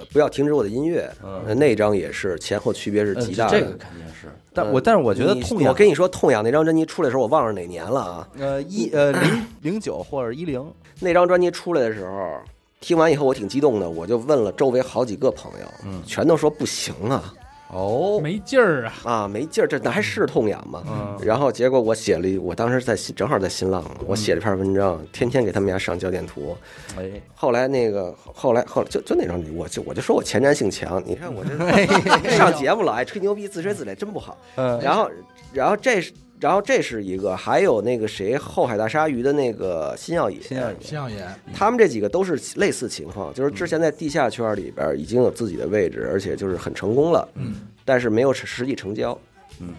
D: 呃不要停止我的音乐，呃那张也是前后区别是
A: 嗯呃
D: 极大的。
A: 这个肯定是，但
D: 呃
A: 我但是我觉得
D: 你
A: 痛
D: 我
A: 痒，
D: 跟你说，痛痒那张专辑出来的时候，我忘了哪年了啊。
A: 呃一呃零零九或者一零，
D: 那张专辑出来的时候，听完以后我挺激动的，我就问了周围好几个朋友，
A: 嗯
D: 全都说不行啊
A: 哦，
C: 没劲儿啊，
D: 啊，没劲儿，这哪还是痛痒吗？
A: 嗯
D: 然后结果我写了一，我当时在新正好在新浪嘛，我写了一篇文章，天天给他们家上焦点图，
A: 哎，
D: 后来那个，后来后来就就那张，我就我就说我前瞻性强，你看我
B: 哎
D: 这
B: 呦
D: 上节目老爱吹牛逼、自吹自擂，真不好。
A: 呃
D: 然后，然后这是，然后这是一个，还有那个谁，后海大鲨鱼的那个新耀野，
A: 新耀野
B: 新耀眼，
D: 他们这几个都是类似情况，就是之前在地下圈里边已经有自己的位置，而且就是很成功了，
B: 嗯，
D: 但是没有实际成交。
A: 嗯，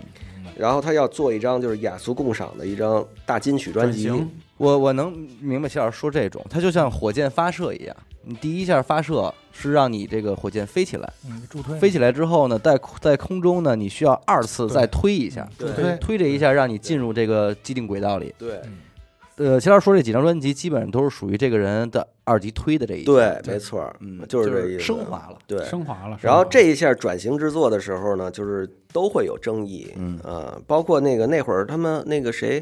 D: 然后他要做一张就是雅俗共赏的一张大金曲专辑
C: 转型，
A: 我我能明白谢老师说这种，它就像火箭发射一样，你第一下发射是让你这个火箭飞起来，
B: 嗯，助推
A: 飞起来之后呢，在空在空中呢，你需要二次再推一下，
D: 对
B: 对
A: 推这一下让你进入这个既定轨道里。
D: 对
A: 呃，前面说这几张专辑基本上都是属于这个人的二级推的这一下，
D: 对，没错儿，
A: 嗯，
D: 就是这
A: 是
D: 意思，
A: 升华了，
D: 对，
C: 升华了。
D: 然后这一下转型之作的时候呢，就是都会有争议，
A: 嗯
D: 啊，包括那个那会儿他们那个谁，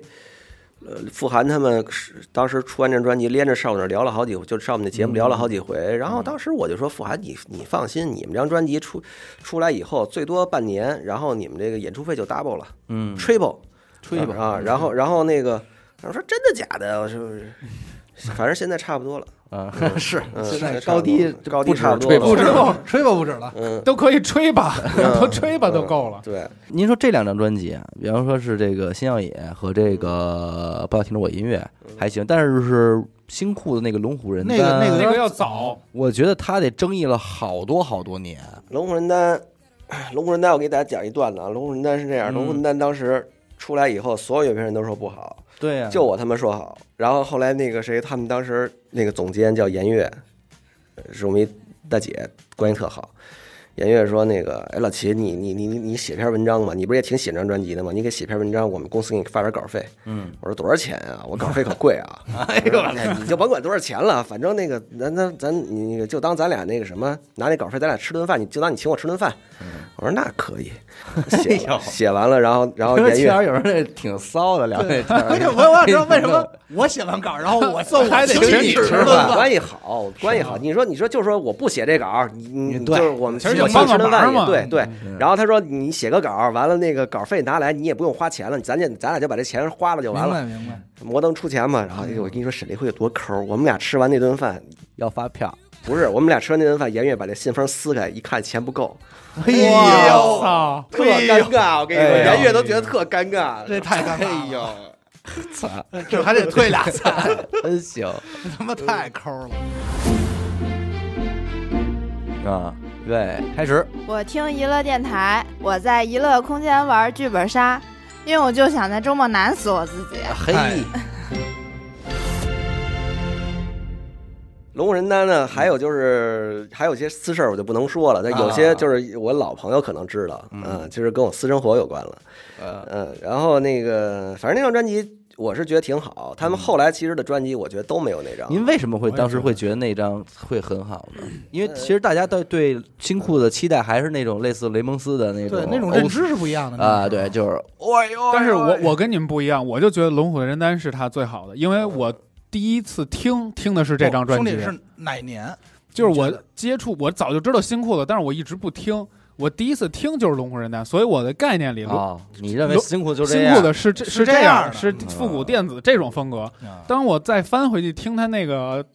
D: 呃，傅涵他们是当时出完这专辑，连着少那聊了好几，就上我们的节目聊了好几回。然后当时我就说，傅涵，你你放心，你们这张专辑出出来以后，最多半年，然后你们这个演出费就 double 了
A: 嗯，
D: ，triple
A: 吹吧，
D: 啊，然后然后那个我说真的假的，我说反正现在差不多了，
A: 啊，
B: 是
D: 嗯，
B: 现在
D: 差不
B: 高低
D: 多了高低
A: 不止
D: 差不多
A: 吹
D: 了，
A: 吧
B: 不止了，吹吧不止了，
D: 嗯，
C: 都可以吹吧，
D: 嗯
C: 都吹吧，都够了
D: 嗯。对。
A: 您说这两张专辑啊，比方说是这个《新耀野》和这个《不要停止我音乐》还行，但是是新裤子那个《龙虎人》
B: 那个那
C: 那个要早，
A: 我觉得他得争议了好多好多年。
D: 龙虎人丹，龙虎人丹，我给大家讲一段子啊。龙虎人丹是这样，
A: 嗯
D: 龙虎人丹当时出来以后，所有乐评人都说不好，
A: 对呀
D: 就我他妈说好。然后后来那个谁，他们当时那个总监叫严越，呃是我们一大姐关系特好。颜悦说：“那个，哎，老齐，你你你你你写篇文章吧，你不是也挺写张专辑的吗？你给写篇文章，我们公司给你发点稿费。”嗯，我说多少钱啊？我稿费可贵 啊！ 哎呦，你就甭管多少钱了，反正那个，咱咱咱，你那个就当咱俩那个什么，拿那稿费咱俩吃顿饭，你就当你请我吃顿饭。我说那可以，
A: 嗯
D: 写
A: 哎呦
D: 了写完了，然后然后 颜
A: 其实
D: 悦
A: 有人这挺骚的，聊这天
B: 而且我我想知道为什么我写完稿，然后我送
A: 还得
B: 我请
A: 请
B: 你
A: 你
B: 吃
A: 吃
B: 顿
A: 饭
B: 饭，
D: 关系好，关系好。你说，你说，就说我不写这稿，你你
A: 对
D: 就是我们
C: 其实就
D: 我请你
C: 帮
D: 吃
C: 个
D: 顿饭
C: 忙嘛
D: 也对对
A: 嗯。
D: 然后他说你写个稿，完了那个稿费拿来，你也不用花钱了，咱就咱俩就把这钱花了就完
B: 明
D: 了，
B: 白明白。
D: 摩登出钱嘛。然后哎呦我跟你说，沈立辉有多抠，我们俩吃完那顿饭，
A: 要发 票，
D: 不是我们俩吃完那顿饭，严月把这信封撕开，一看钱不够，
A: 哎呦
C: 我操！
D: 特尴尬。我跟你说，
A: 哎呦
D: 严月都觉得特尴尬，
B: 这太尴尬
D: 哎
B: 了，
D: 呦。
B: 这还得退俩菜，
A: 真嗯行
B: 他妈太抠了。
A: 啊！预备开始，
E: 我听娱乐电台，我在娱乐空间玩剧本杀，因为我就想在周末难死我自己。
A: 嘿
B: 哎
D: 龙虎人丹呢，还有就是还有一些私事儿我就不能说了，但有些就是我老朋友可能知道，
A: 嗯
D: 啊，就是跟我私生活有关了，
A: 呃
D: 嗯，然后那个反正那张专辑我是觉得挺好，他们后来其实的专辑我觉得都没有那张，
A: 您为什么会
C: 我也
A: 当时
C: 觉得
A: 会觉得那张会很好呢？因为其实大家对对新裤子期待还是那种类似雷蒙斯的那种
B: 对，那种
A: 欧
B: 认知是不一样的
A: 啊，对，就是
D: 哎
C: 但是我我跟你们不一样，我就觉得《龙虎的人丹》是他最好的，因为我第一次听听的是这张专辑，
B: 哦兄弟是哪年？
C: 就是
B: 你
C: 我
B: 觉得
C: 接触，我早就知道新裤子，但是我一直不听。我第一次听就是《龙虎人丹》，所以我的概念里，
A: 啊，你认为新裤子就这
C: 新
A: 样嗯
C: 裤子是这
B: 是
C: 是
B: 这
C: 这
B: 样
C: 样，
B: 的
C: 是复古电子这种风格。
B: 啊
C: 当我再翻回去听他那个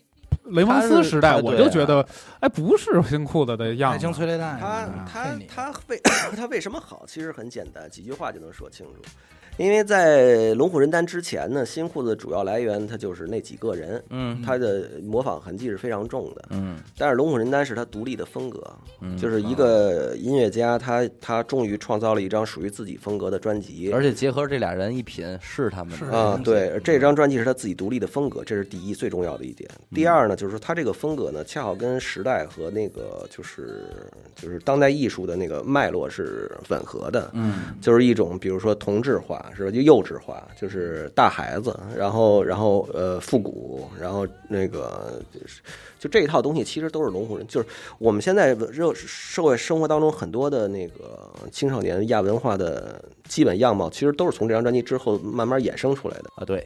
C: 雷蒙斯时代，
A: 他是
C: 我
A: 他对
C: 就
A: 啊
C: 觉得，哎，不是新裤子的样
A: 哎
B: 爱
C: 子
B: 情。催泪弹。
D: 他
B: 嗯
D: 他
B: 配你
D: 他为 他为什么好？其实很简单，几句话就能说清楚。因为在龙虎人丹之前呢，新裤子的主要来源它就是那几个人，
A: 嗯
D: 他的模仿痕迹是非常重的。
A: 嗯
D: 但是龙虎人丹是他独立的风格，
A: 嗯，
D: 就是一个音乐家，他他终于创造了一张属于自己风格的专辑。
A: 而且结合这俩人一品是他们
B: 是
A: 的
D: 啊
B: 嗯，
D: 对，这张专辑是他自己独立的风格，这是第一最重要的一点。第二呢，就是说他这个风格呢，恰好跟时代和那个就是就是当代艺术的那个脉络是吻合的，
A: 嗯
D: 就是一种比如说同质化是吧，就幼稚化，就是大孩子，然后然后呃复古，然后那个就是就这一套东西其实都是龙虎人，就是我们现在文热社会生活当中很多的那个青少年亚文化的基本样貌，其实都是从这张专辑之后慢慢衍生出来的。
A: 啊，对，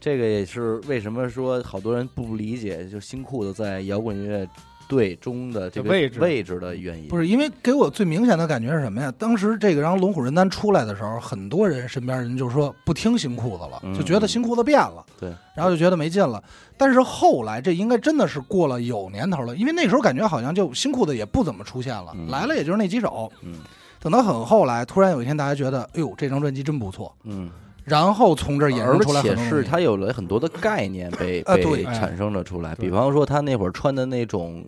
A: 这个也是为什么说好多人不理解，就新裤子在摇滚乐队中的这个
C: 位置
A: 位置的原因。
B: 不是因为给我最明显的感觉是什么呀？当时这个张《龙虎人丹》出来的时候，很多人身边人就说不听新裤子了，
A: 嗯
B: 就觉得新裤子变了，
A: 对，
B: 然后就觉得没劲了。但是后来这应该真的是过了有年头了，因为那时候感觉好像就新裤子也不怎么出现了，
A: 嗯
B: 来了也就是那几首。
A: 嗯
B: 等到很后来，突然有一天大家觉得，哎呦，这张专辑真不错，
A: 嗯，
B: 然后从这儿衍生
A: 而
B: 出来很
A: 且
B: 多东西。
A: 是它有了很多的概念被
B: 啊
A: 被
B: 对
A: 产生了出来，
C: 对
A: 比方说他那会儿穿的那种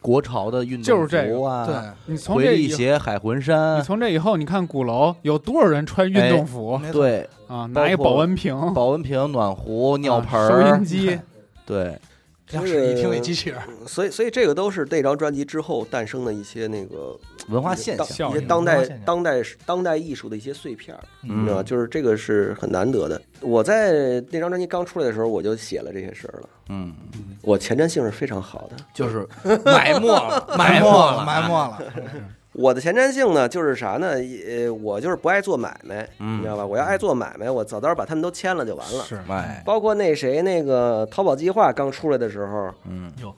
A: 国潮的运
C: 就
A: 动
C: 是这个
A: 服啊，
B: 对，
C: 你从这
A: 回嗯力
C: 以后，
A: 鞋、海魂
C: 你
A: 衫，
C: 从这以后，你看鼓楼有多少人穿运动服
B: 没错，
A: 对，哎包
C: 啊？拿一
A: 括
C: 保温瓶、
A: 保温瓶、暖壶、尿
C: 嗯啊
A: 盆
C: 收音
A: 儿，
C: 机，
A: 对，
B: 要是一听那机器人，
D: 所以，所以这个都是那张专辑之后诞生的一些那个
A: 文化现象。
C: 效
D: 一些
C: 应
D: 当代
B: 文化现象
D: 当代当代艺术的一些碎片儿，你知道吗？
A: 嗯
D: 就是这个是很难得的。我在那张专辑刚出来的时候，我就写了这些事儿了。
A: 嗯，
D: 我前瞻性是非常好的。
A: 就是埋没了，
B: 埋没
A: 没
B: 了，哎埋没了。
D: 我的前瞻性呢，就是啥呢？呃，我就是不爱做买卖，
A: 嗯
D: 你知道吧？我要爱做买卖，我早早把他们都签了就完了。
B: 是，
A: 哎，
D: 包括那谁那个淘宝计划刚出来的时候，
A: 嗯，
B: 有，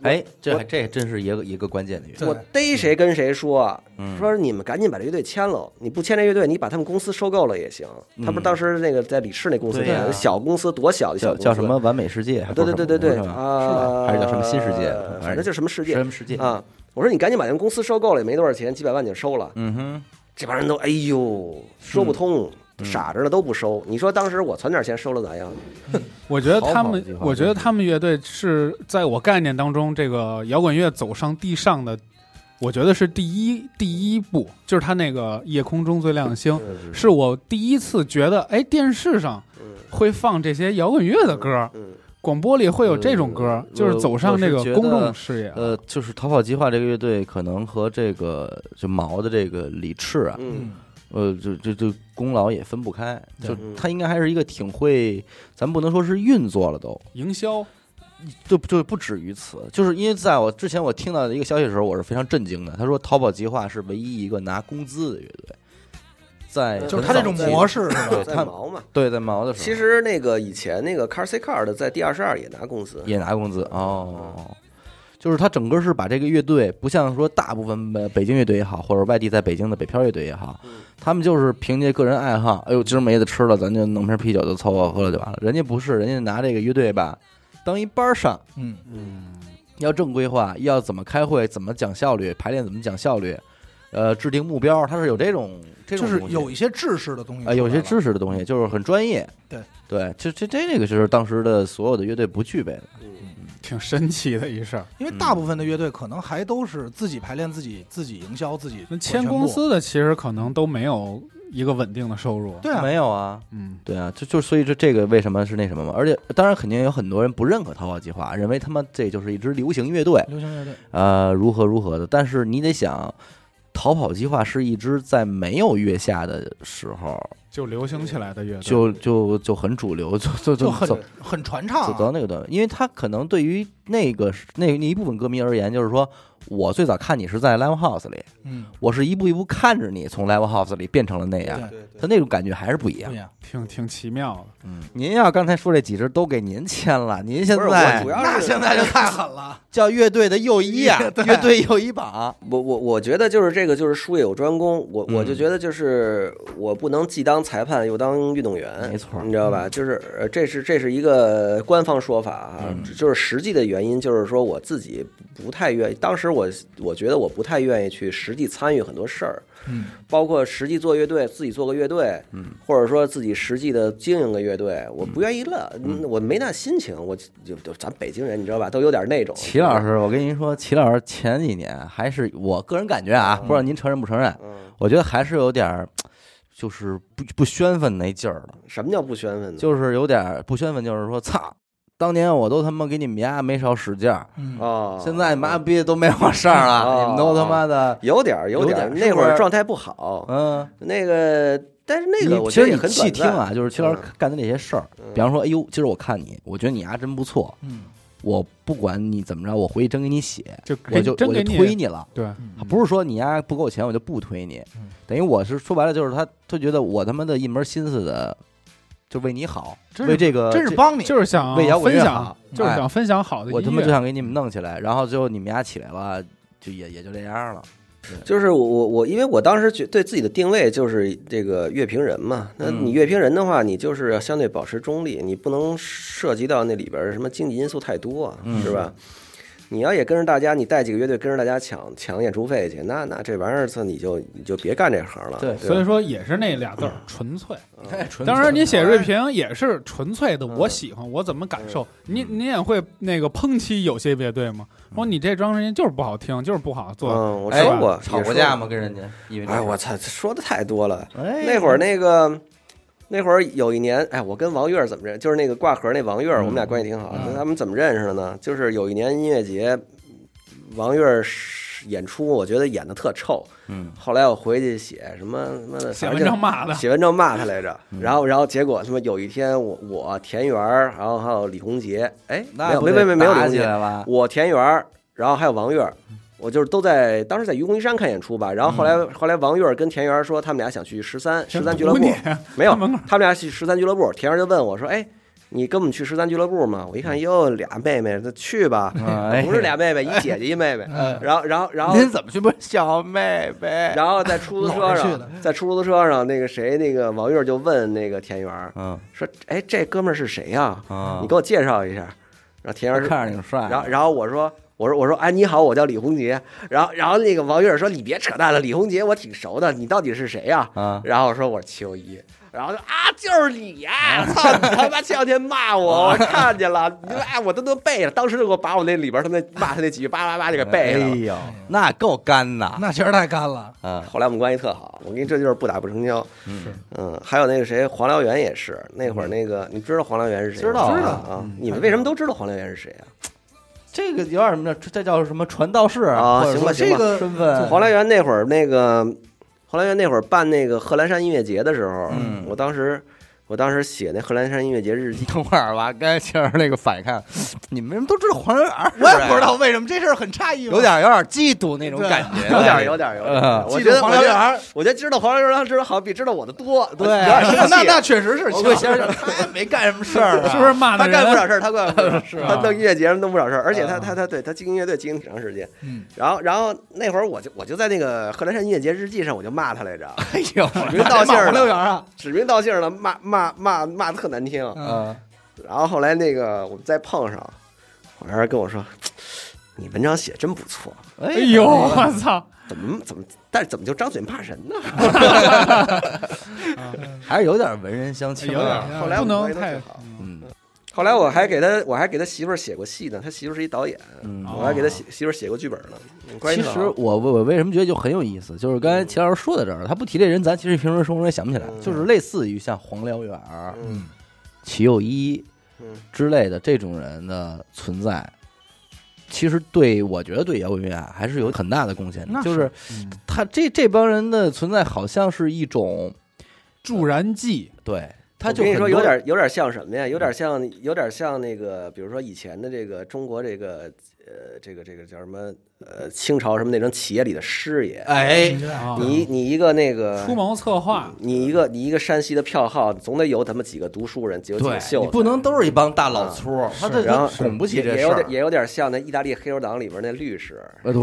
A: 哎，这还这还真是一个一个关键的原因。
B: 对
D: 我逮谁跟谁说，
A: 嗯
D: 说你们赶紧把这乐队签了，你不签这乐队，你把他们公司收购了也行。他不是当时那个在李氏那公
A: 嗯
D: 司
A: 对呀
D: 那个小公司多小的小
A: 叫
D: 公司
A: 叫什么？完美世界？
D: 啊对对对对对
A: 是吧
D: 啊，
A: 还是叫什么新世界
D: 反正就什么世界
A: 什么世界？
D: 啊。我说你赶紧把那公司收购了，也没多少钱，几百万你就收了。
A: 嗯哼，
D: 这帮人都哎呦说不通，
A: 嗯
D: 傻着呢都不收。你说当时我存点钱收了咋样？
C: 我觉得他
A: 好好的
C: 们
A: 地，方
C: 我觉得他们乐队是在我概念当中，这个摇滚乐走上地上的，我觉得是第一第一步，就是他那个《夜空中最亮的星》，
A: 嗯
C: 是我第一次觉得，哎，电视上
D: 嗯
C: 会放这些摇滚乐的歌，
D: 嗯，
C: 广播里会有这种歌
A: 呃，
C: 就是走上这个
A: 我是觉得
C: 公众视野。
A: 呃，就是逃跑计划这个乐队，可能和这个就毛的这个李赤啊，
D: 嗯，
A: 呃，就就就功劳也分不开，
B: 对
A: 就他应该还是一个挺会，咱不能说是运作了都，
C: 营销，
A: 就就不止于此，就是因为在我之前我听到的一个消息的时候，我是非常震惊的。他说淘宝计划是唯一一个拿工资的乐队，在
D: 嗯
B: 就是他这种模式是吧？
A: 对
D: 在
A: 他
D: 毛嘛。
A: 对在毛的时候，
D: 其实那个以前那个 Car C Car 的在第二十二也拿工资，
A: 也拿工资哦。就是他整个是把这个乐队，不像说大部分呃北京乐队也好，或者外地在北京的北漂乐队也好，他们就是凭借个人爱好，哎呦，今儿没得吃了，咱就弄瓶啤酒就凑合喝了就完了。人家不是，人家拿这个乐队吧当一班儿上，
B: 嗯，
D: 嗯，
A: 要正规化，要怎么开会，怎么讲效率，排练怎么讲效率，呃，制定目标，它是有这种这
B: 就
A: 种
B: 是
A: 东西
B: 有一些制式的东西
A: 啊、有
B: 出来
A: 些
B: 了
A: 知识的东西，就是很专业。
B: 对
A: 对，这这这这个就是当时的所有的乐队不具备的。
B: 嗯
C: 挺神奇的 一事儿。
B: 因为
A: 嗯
B: 大部分的乐队可能还都是自己排练、自己自己营销、自己
C: 那签
B: 全部
C: 公司的其实可能都没有一个稳定的收入。，
B: 对啊，
A: 没有啊，
C: 嗯，
A: 对啊，就就所以这这个为什么是那什么嘛？而且当然肯定有很多人不认可逃跑计划，认为他妈这就是一支流行乐队，
B: 流行乐队
A: 呃，如何如何的。但是你得想，逃跑计划是一支在没有月下的时候
C: 就流行起来的乐队，
A: 就就就很主流，就就
B: 就
A: 就
B: 很
A: 走
B: 很传唱
A: 走
B: 啊、
A: 到那个段位，因为他可能对于那个是那那一部分歌迷而言，就是说我最早看你是在 live house 里，
B: 嗯，
A: 我是一步一步看着你从 live house 里变成了那样，
D: 对
B: 对
A: 他那种感觉还是不一
B: 不
A: 样
B: 一。样。
C: 挺挺奇妙的。
A: 您要刚才说这几支都给您签了，您现
D: 不是我
A: 在
D: 主要
B: 那
D: 是
B: 现在就太狠 了，
A: 叫乐队的右一啊，乐队右一榜，
D: 我我我觉得就是这个就是术业有专攻，我
A: 嗯
D: 我就觉得就是我不能既当裁判又当运动员，
A: 没错嗯
D: 你知道吧？就是呃这是这是一个官方说法啊，
A: 嗯
D: 就是实际的原因就是说我自己不太愿意，当时我我觉得我不太愿意去实际参与很多事儿，
B: 嗯，
D: 包括实际做乐队，自己做个乐队，嗯，或者说自己实际的经营个乐队，我不愿意了，嗯我没那心情，我就就咱北京人你知道吧，都有点那种。
A: 齐老师，我跟您说，齐老师前几年还是我个人感觉啊，
D: 嗯
A: 不知道您承认不承认，我觉得还是有点儿，就是不不宣愤那劲儿了。
D: 什么叫不宣愤呢？
A: 就是有点儿不宣愤，就是说，操，当年我都他妈给你们家没少使劲儿，
B: 嗯，
D: 啊，
A: 现在妈逼都没我事儿了，
D: 哦
A: 你们都他妈的，
D: 有点儿，
A: 有
D: 点
A: 点
D: 儿，
A: 儿
D: 那
A: 是不
D: 会儿
A: 是
D: 状态不好。
A: 嗯，
D: 那个，但是那
A: 你
D: 啊个我
A: 其
D: 觉得
A: 实
D: 也
A: 你
D: 很
A: 细
D: 短
A: 听啊，
D: 暂。嗯
A: 就是齐老师干的那些事儿，比方说，哎呦，今儿我看你，我觉得你丫真不错，
B: 嗯，
A: 我不管你怎么着，我回去真给你写，
C: 就
A: 哎我
C: 给
A: 就
C: 真
A: 我
C: 给
A: 就推你了。
C: 对，
B: 嗯
A: 啊不是说你丫不给我钱，我就不推你
B: 嗯，
A: 等于我是说白了，就是他，他觉得我他妈的一门心思的，就为你好，
C: 真是
A: 为这个
B: 真是
A: 这
B: 帮你，
C: 就是想
A: 为摇滚
C: 分
A: 乐
C: 享
A: 好，，
C: 就是
A: 哎
C: 想分享好的音乐。
A: 我他妈就想给你们弄起来，然后最后你们俩起来吧，就也也就这样了。
D: 就是我我我，因为我当时觉对自己的定位就是这个乐评人嘛。那
A: 嗯
D: 你乐评人的话，你就是相对保持中立，你不能涉及到那里边儿什么经济因素太多啊，
A: 嗯
D: 是吧？你要也跟着大家，你带几个乐队跟着大家抢抢演出费去，那那这玩意儿，操你就你就别干这行了。
A: 对
D: 吧
C: 所以说也是那俩字儿，纯粹。
D: 嗯
A: 哎纯
C: 当然，你写锐评也是纯粹的，我喜欢，我怎么感受。
A: 嗯
C: 你你也会那个抨击有些乐队吗？说你这张专辑就是不好听，就是不好做。
D: 嗯，我
A: 哎
D: 说过，
A: 吵
D: 也
A: 过
D: 说
A: 架吗？跟人家？因为这
D: 哎，
A: 事儿
D: 我操，说的太多了。
A: 哎
D: 那会儿那个，那会儿有一年，哎，我跟王月儿怎么认？就是那个挂盒那王月儿，
A: 嗯
D: 我们俩关系挺好。
B: 嗯
D: 那他们怎么认识的呢？就是有一年音乐节，王月儿是演出，我觉得演的特臭。
A: 嗯，
D: 后来我回去写什么什么的，
C: 写
D: 反正
C: 文
D: 就
C: 章骂的，
D: 写文章骂他来着。
A: 嗯
D: 然后，然后结果他妈有一天我，我田园儿，然后还有李洪杰，哎，没
A: 那
D: 有
A: 不
D: 没
A: 得
D: 没没没有李
A: 打
D: 洪
A: 起
D: 杰，
A: 来了。
D: 我田园儿，然后还有王月儿，我就是都在当时在愚公移山看演出吧。然后后来、后来王月儿跟田园儿说他们俩想去十三十三俱乐部，没有
C: 门口，
D: 他们俩去十三俱乐部。田园儿就问我说：“哎，你跟我们去十三俱乐部吗？”我一看，哟，俩妹妹，那去吧。
A: 哎
D: 不是俩妹妹，一姐姐一妹妹。然后然后然后
A: 您怎么去不是小妹妹？
D: 然后在出租车
B: 老是去的
D: 上，在出租车上那个谁那个王月儿就问那个田园儿
A: 嗯
D: 说：“哎，这哥们儿是谁呀、
A: 啊
D: 你给我介绍一下。”然后田园儿说
A: 看着挺帅，
D: 然后然后我说我说我说哎你好，我叫李洪杰。然后然后那个王月说你别扯淡了，李洪杰我挺熟的，你到底是谁呀、
A: 啊
D: 然后我说我是齐友一。然后就啊，就是你
A: 啊
D: 呀、操你他妈前两天骂我，我看见了，你说哎，我都都背了，当时就给我把我那里边他们那骂他那几句叭叭叭就给背了
A: 哎。呦，那够干呐！
B: 啊那确实太干了。
A: 啊，
D: 后来我们关系特好，我跟你这就是不打不成交。
A: 是
D: 嗯，还有那个谁，黄燎原也是，那会儿那个你知道黄燎原是
A: 嗯
D: 谁吗？
A: 知道啊
D: 啊啊！你们为什么都知道黄燎原是谁啊？
A: 这个有点什么呢？这这叫什么传道士
D: 啊
A: 或者
D: 行吧
A: 说
D: 行
A: 这
D: 吧
A: 个嗯身 份，
D: 黄来源那会儿那个，黄来源那会儿办那个贺兰山音乐节的时候，
A: 嗯
D: 我当时我当时写那贺兰山音乐节日记，
A: 等会儿吧，刚才先生那个反应看，你们为什么都知道黄仁儿？啊
B: 我也不知道为什么这事儿很诧异嘛，
A: 有点有点嫉妒那种感觉，
D: 有点儿有点儿有点儿，
A: 嗯
D: 我
B: 嫉
D: 觉
B: 妒
D: 得我觉
B: 黄
D: 得
B: 燎原。
D: 我觉得知道黄来源知道好像比知道我的多，我
A: 对
D: 有点生
B: 那
D: 气。
B: 那那确实是，
A: 我跟先生他没干什么事儿啊，
C: 是不是骂
D: 他
C: 的
D: 干不
C: 人？
D: 少事儿，他干不少事
C: 吧
D: 儿，他弄音乐节弄不少事儿，而且他
A: 嗯
D: 他他对他经营乐队经营挺长时间，
B: 嗯，
D: 然后然后那会儿我就我就在那个贺兰山音乐节日记上我就骂他来着，
A: 哎呦，
D: 指名道姓儿
B: 黄六
D: 的，
B: 元啊，
D: 指名道姓儿的骂骂骂骂得特难听，
A: 嗯，
D: 然后后来那个我们再碰上，我那人跟我说：“你文章写真不错，
A: 哎
C: 哎呦，我操！
D: 怎么怎么，但是怎么就张嘴骂人呢
A: 还嗯是有点文人相亲
C: 有点
A: 啊，
C: 儿？”
D: 后来我
C: 不
D: 们
C: 能
D: 关系都
C: 太
D: 挺好。
A: 嗯
D: 后来我还给他，我还给他媳妇儿写过戏呢，他媳妇儿是一导演，
A: 嗯。
D: 我还给他媳媳妇儿写过剧本呢。嗯关系
A: 其
D: 特好
A: 实我我我为什么觉得就很有意思，就是刚才齐老师说到这儿，他不提这人，咱其实平时生活中也想不起来，
D: 嗯
A: 就是类似于像黄燎原儿、
D: 嗯
A: 齐又一，
D: 嗯
A: 之类的这种人的存在，其实对我觉得对摇滚乐啊还是有很大的贡献的。
B: 那是
A: 就是
C: 嗯
A: 他这这帮人的存在，好像是一种
C: 助燃剂，
A: 对，他
D: 我
A: 就
D: 跟你说
A: 很多
D: 有点有点像什么呀？有点像有点像那个，比如说以前的这个中国这个呃这个这个叫什么呃清朝什么那种企业里的师爷，
A: 哎，
C: 啊
D: 你你一个那个
C: 出谋策划，
D: 你一个你一个山西的票号，总得有他们几个读书人，有几
A: 对
D: 个秀
A: 你
D: 才。
A: 不能都是一帮大老粗，他这
D: 然后
A: 他拱不起
D: 也
A: 这
D: 也
A: 事
D: 有
A: 儿。
D: 点也有点像那意大利黑手党里边那律师，
A: 呃，对，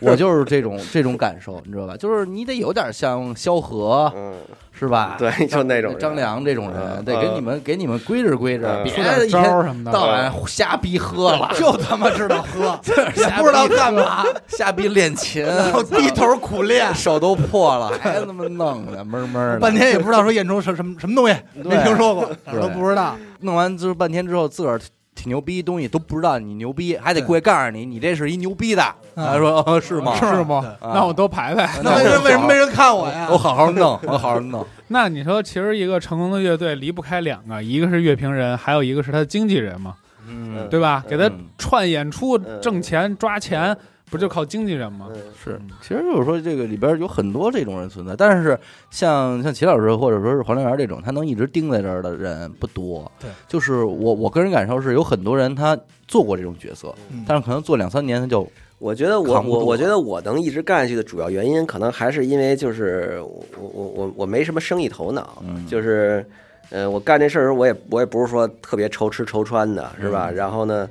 A: 我就是这种这种感受，你知道吧？就是你得有点像萧何，
D: 嗯，
A: 是吧？
D: 对，就那种人
A: 啊张。良这种
B: 啊
A: 人，
D: 嗯
A: 得给你们给你们规制规制，
D: 嗯
A: 别
C: 出点
A: 一
C: 招
A: 天
C: 儿什么的。
A: 到晚瞎逼喝 了，
B: 就他妈知道 喝，
A: 也
B: 不知道干
A: 嘛，瞎逼练 琴，然后
B: 低头苦练，
A: 手都破了，还他妈弄的闷闷的，
B: 半天也不知道说验出什什么什么东西，
A: 对
B: 没听说过，哪儿都不知道。
A: 弄完之后半天之后，自个儿挺挺牛逼，东西都不知道你牛逼，还得过去告诉你，你这是一牛逼
B: 啊
A: 的。他说哦是吗？
C: 是吗？
A: 啊
C: 那我多排排。
B: 那为什么为什么没人看我呀
A: 我？好好弄，我好好 弄。
C: 那你说，其实一个成功的乐队离不开两个，一个是乐评人，还有一个是他的经纪人嘛，
A: 嗯
C: 对吧？给他
A: 嗯
C: 串演出、
D: 嗯
C: 挣钱、抓钱，不就靠经纪人吗？
D: 嗯
A: 是，其实就是说这个里边有很多这种人存在，但是像像齐老师或者说是黄良元这种，他能一直盯在这儿的人不多。
B: 对，
A: 就是我我个人感受是有很多人他做过这种角色，
B: 嗯
A: 但是可能做两三年他就
D: 我觉得我
A: 扛不住
D: 我
A: 啊
D: 我觉得我能一直干下去的主要原因，可能还是因为就是我我我我没什么生意头脑，
A: 嗯
D: 就是呃，我干这事儿的时候我也我也不是说特别愁吃愁穿的，是
A: 嗯
D: 吧？然后呢，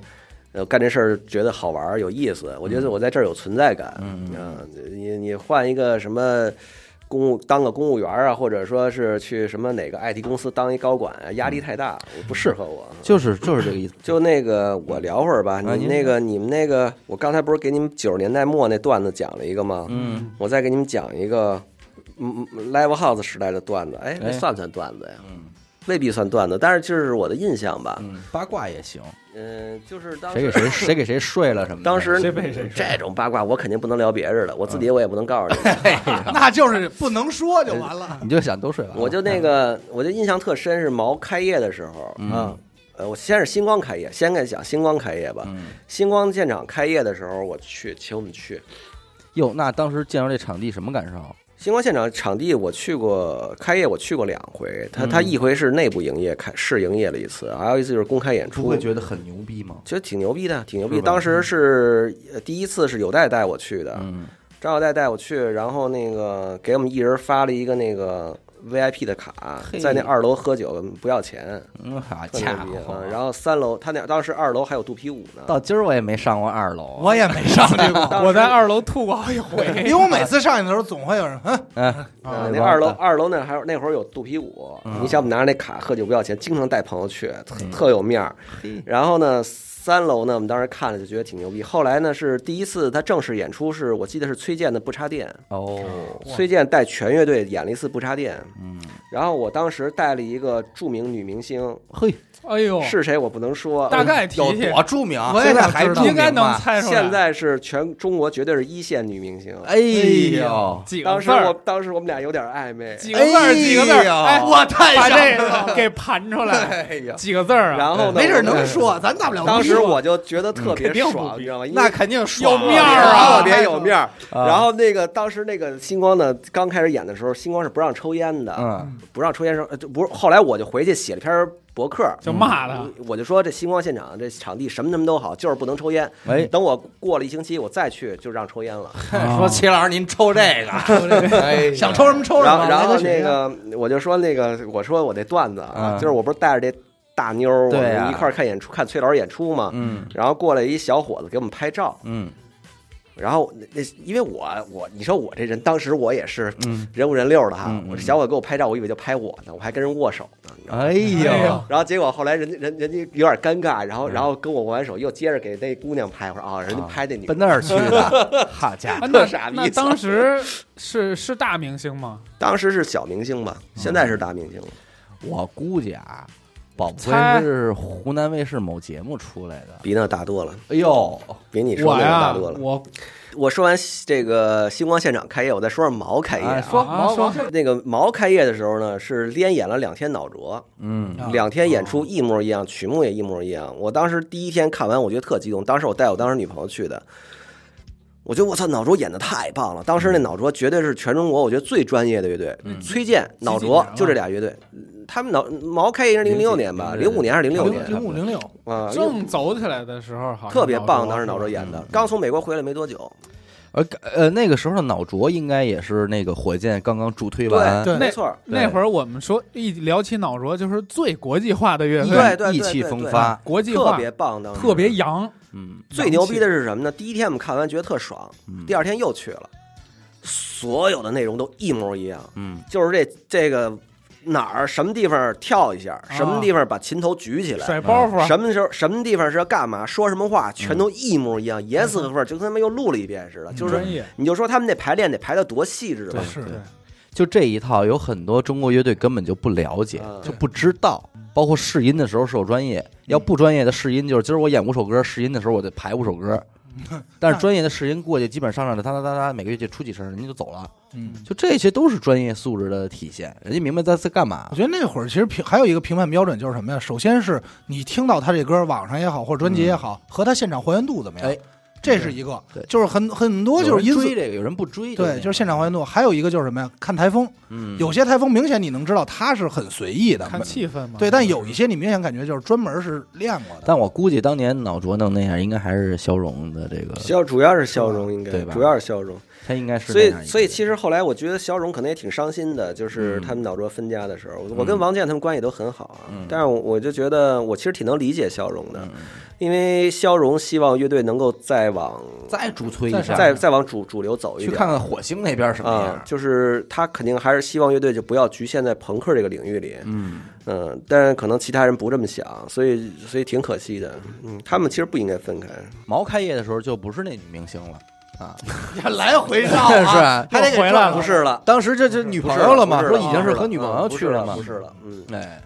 D: 呃，干这事儿觉得好玩儿有意思，我觉得我在这儿有存在感。
A: 嗯
D: 啊，你你换一个什么公务当个公务员啊，或者说是去什么哪个 IT 公司当一高管啊，
A: 嗯
D: 压力太大，我不适合我。
A: 就是就是这个意思。
D: 就那个，我聊会儿吧。
A: 啊
D: 你
A: 您
D: 那个，你们那个，我刚才不是给你们九十年代末那段子讲了一个吗？
A: 嗯，
D: 我再给你们讲一个，嗯嗯，Live House 时代的段子。哎，这
A: 哎
D: 算不算段子呀？
A: 嗯
D: 未必算段子，但是就是我的印象吧。
A: 嗯，八卦也行，
D: 嗯，就是当
A: 谁给
D: 时
A: 谁谁给谁睡了什么的。 嗯
D: 当时
C: 谁被谁
D: 这种八卦，我肯定不能聊别人的，我自己我也不能告诉 你。
B: 那就是不能说就完了。
A: 你就想都睡完了，
D: 我就那个，我就印象特深是毛开业的时候
A: 嗯
D: 啊，呃，我先是星光开业，先给讲星光开业吧。
A: 嗯
D: 星光现场开业的时候，我去，请我们去
A: 哟，那当时见到这场地什么感受？
D: 星光现场场地，我去过开业，我去过两回。他
A: 嗯
D: 他一回是内部营业开试营业了一次，还有一次就是公开演出。
A: 觉得很牛逼吗？
D: 觉得挺牛逼的，挺牛逼。
A: 是吧
D: 当时是呃第一次是有代带我去的，
A: 嗯
D: 张小代带我去，然后那个给我们一人发了一个那个 VIP 的卡
A: 嘿，
D: 在那二楼喝酒不要钱，
A: 嗯，好
D: 特
A: 家
D: 牛逼
A: 伙
D: 啊！！然后三楼，他那当时二楼还有肚皮舞呢。
A: 到今儿我也没上过二楼，
B: 我也没上去过，
D: 嗯
C: 我在二楼吐过哎好几回，
B: 因为我每次上去的时候总会有人，嗯，
A: 嗯，
D: 啊
A: 啊
D: 那二楼二楼那还有那会儿有肚皮舞，你想我们拿着那卡喝酒不要钱，经常带朋友去，特特有面儿。然后呢，三楼呢，我们当时看了就觉得挺牛逼。后来呢，是第一次他正式演出是，我记得是崔健的《不插电》，
A: 哦，
D: 崔健带全乐队演了一次《不插电》，
A: 嗯，
D: 然后我当时带了一个著名女明星，
A: 嘿，
C: 哎呦，
D: 是谁我不能说，
C: 大概提
A: 有
C: 提，
A: 多著名啊？
C: 我也
A: 现在
C: 想
A: 还
C: 知
A: 著
C: 道，
A: 名
C: 应该能
A: 吧？
C: 猜出来。
D: 现在是全中国绝对是一线女明星。
A: 哎呦，
C: 几个
D: 当时
C: 字儿
D: 我，当时我们俩有点暧昧，
C: 几个字儿，几个字儿，哎，
A: 我太
C: 把
A: 傻
C: 这个给盘出来，
A: 哎呀，
C: 几个字儿啊？
D: 然后呢，
B: 没事儿
D: 我们
B: 能说，咱大不了
D: 当时
B: 不说
D: 我就觉
A: 嗯
D: 得特别
C: 肯定不
D: 爽，
C: 比
D: 你知道吗？因为
B: 那肯定
C: 有
B: 爽
C: 面儿
D: 然
C: 啊，
D: 后脸有面儿。
A: 啊
D: 然后那个当时那个星光呢，刚开始演的时候，星光是不让抽烟的，
A: 嗯，
D: 不让抽烟是呃就不是。后来我就回去写了篇博客，嗯
C: 就骂他，
D: 我就说这星光现场这场地什么什么都好，就是不能抽烟。
A: 哎，
D: 等我过了一星期，我再去就让抽烟了。
B: 说齐老师您抽这
A: 哎
B: 个，想抽什么抽什
D: 然
B: 么
D: 后，，然后
B: 来个
D: 那
B: 血压
D: 个我就说那个，我说我那段子啊，
A: 嗯
D: 就是我不是带着这大妞儿，我
A: 对
D: 们
A: 啊
D: 一块儿看演出，看崔老师演出嘛。
A: 嗯
D: 然后过来一小伙子给我们拍照，
A: 嗯
D: 然后那那因为我我你说我这人当时我也是
A: 嗯，
D: 人五人六的哈，
A: 嗯嗯
D: 我这小伙子给我拍照，我以为就拍我呢，我还跟人握手呢，你知道吗？
A: 哎
C: 哎
A: 呦
C: 呦，
D: 然后结果后来人家人人家有点尴尬，然后
A: 嗯
D: 然后跟我握完手，又接着给那姑娘拍，我说啊，人家拍那女的
A: 奔那儿去的，好家
C: 啊
A: 伙，
C: 那
D: 傻逼
C: 那当时是是大明星吗？
D: 当时是小明星吧，现在是
A: 嗯
D: 大明星了。
A: 我估计啊，宝不
C: 猜
A: 会是湖南卫视某节目出来的。
D: 比那大多了，
A: 哎呦，
D: 比你说
C: 我
D: 那个
C: 呀
D: 大，多了。
C: 我
D: 我说完这个星光现场开业，我再说说毛开业啊、
A: 哎，说
C: 啊
A: 毛
C: 说
A: 毛
D: 那个毛开业的时候呢，是连演了两天脑浊，
A: 嗯
B: 啊
D: 两天演出一模一样，曲目也一模一样。我当时第一天看完，我觉得特激动，当时我带我当时女朋友去的。我觉得我操，脑浊演的太棒了！当时那脑浊绝对是全中国我觉得最专业的乐队，崔健、脑浊就这俩乐队。他们脑毛开业是零六年吧，零五年还是零六年
B: 零零五零六，
D: 啊？
C: 正走起来的时候，好像
D: 特别棒，
C: 老
D: 当时脑浊演的，刚从美国回来没多久，
A: 而呃，那个时候的脑浊应该也是那个火箭刚刚助推完，
B: 对
D: 没错儿，
A: 对
C: 那会儿我们说一聊起脑浊，就是最国际化的乐
A: 意
C: 队，
D: 对对对
A: 意气风发，
C: 国际
D: 特
C: 化，
D: 别棒，当时
C: 特别洋，
A: 嗯
D: 最牛逼的是什么呢？第一天我们看完觉得特爽，
A: 嗯
D: 第二天又去了，所有的内容都一模一样，
A: 嗯，
D: 就是这这个哪儿什么地方跳一下，什
A: 哦
D: 么地方把琴头举起来，
C: 甩包袱，啊
D: 什么时候什么地方是要干嘛，说什么话，全
A: 嗯
D: 都一模一样，严丝合缝，就跟他们又录了一遍似的。就
C: 专
D: 是
C: 业，
D: 你就说他们那排练得排得多细
B: 哦
D: 致吧
C: 对，是
A: 对就这一套，有很多中国乐队根本就不了解，
D: 嗯
A: 就不知道。包括试音的时候是有专业，要不专业的试音就是今儿我演五首歌，试音的时候我得排五首 歌。但是专业的试音过去，基本上上的哒哒哒哒，每个乐器出几声，人家就走了。
B: 嗯。
A: 就这些都是专业素质的体现，人家明白在在干嘛
B: 我。觉得那会儿其实评还有一个评判标准就是什么呀？首先是你听到他这歌，网上也好或者专辑也好，和他现场还原度怎么样？
A: 哎
B: 这是一个
A: 对，
B: 就是很很多就是因
A: 有人
B: 素。
A: 追这个，有人不追这个，
B: 对，就是现场还原度。还有一个就是什么呀？看台风，
A: 嗯
B: 有些台风明显你能知道它是很随意的，
C: 看气氛嘛。
B: 对，但有一些你明显感觉就是专门是练过的。
A: 但我估计当年脑浊弄那样，应该还是肖荣的这个，
D: 肖主要是肖荣，应
A: 对
D: 该
A: 吧
D: 主要是肖荣。
A: 他应该是
D: 所
A: 那
D: 以
A: 样一，个
D: 所以其实后来我觉得肖荣可能也挺伤心的，就是
A: 嗯
D: 他们脑浊分家的时候，我跟王健他们关系都很好啊。
A: 嗯
D: 但是我我就觉得我其实挺能理解肖荣的，因为肖荣希望乐队能够再往
A: 再助推一
C: 再
A: 下，
D: 再再往主主流走一
A: 去
D: 点。
A: 看看火星那边什么
D: 啊
A: 样，。
D: 就是他肯定还是希望乐队就不要局限在朋克这个领域里，
A: 嗯，
D: 嗯，但是可能其他人不这么想，所以所以挺可惜的，嗯，他们其实不应该分开，
A: 毛开业的时候就不是那女明星了啊，
C: 嗯
B: 来回 绕啊
A: 是 吧？
C: 又回来
D: 啊不
C: 了，
D: 是了，
A: 当时这这女
D: 不
A: 朋
D: 是
A: 友了嘛，
D: 不
A: 说
D: 了
A: 已经
D: 不
A: 是
D: 是
A: 和女朋友
D: 嗯
A: 去
D: 不是
A: 嘛，
D: 不是了，嗯，
A: 哎，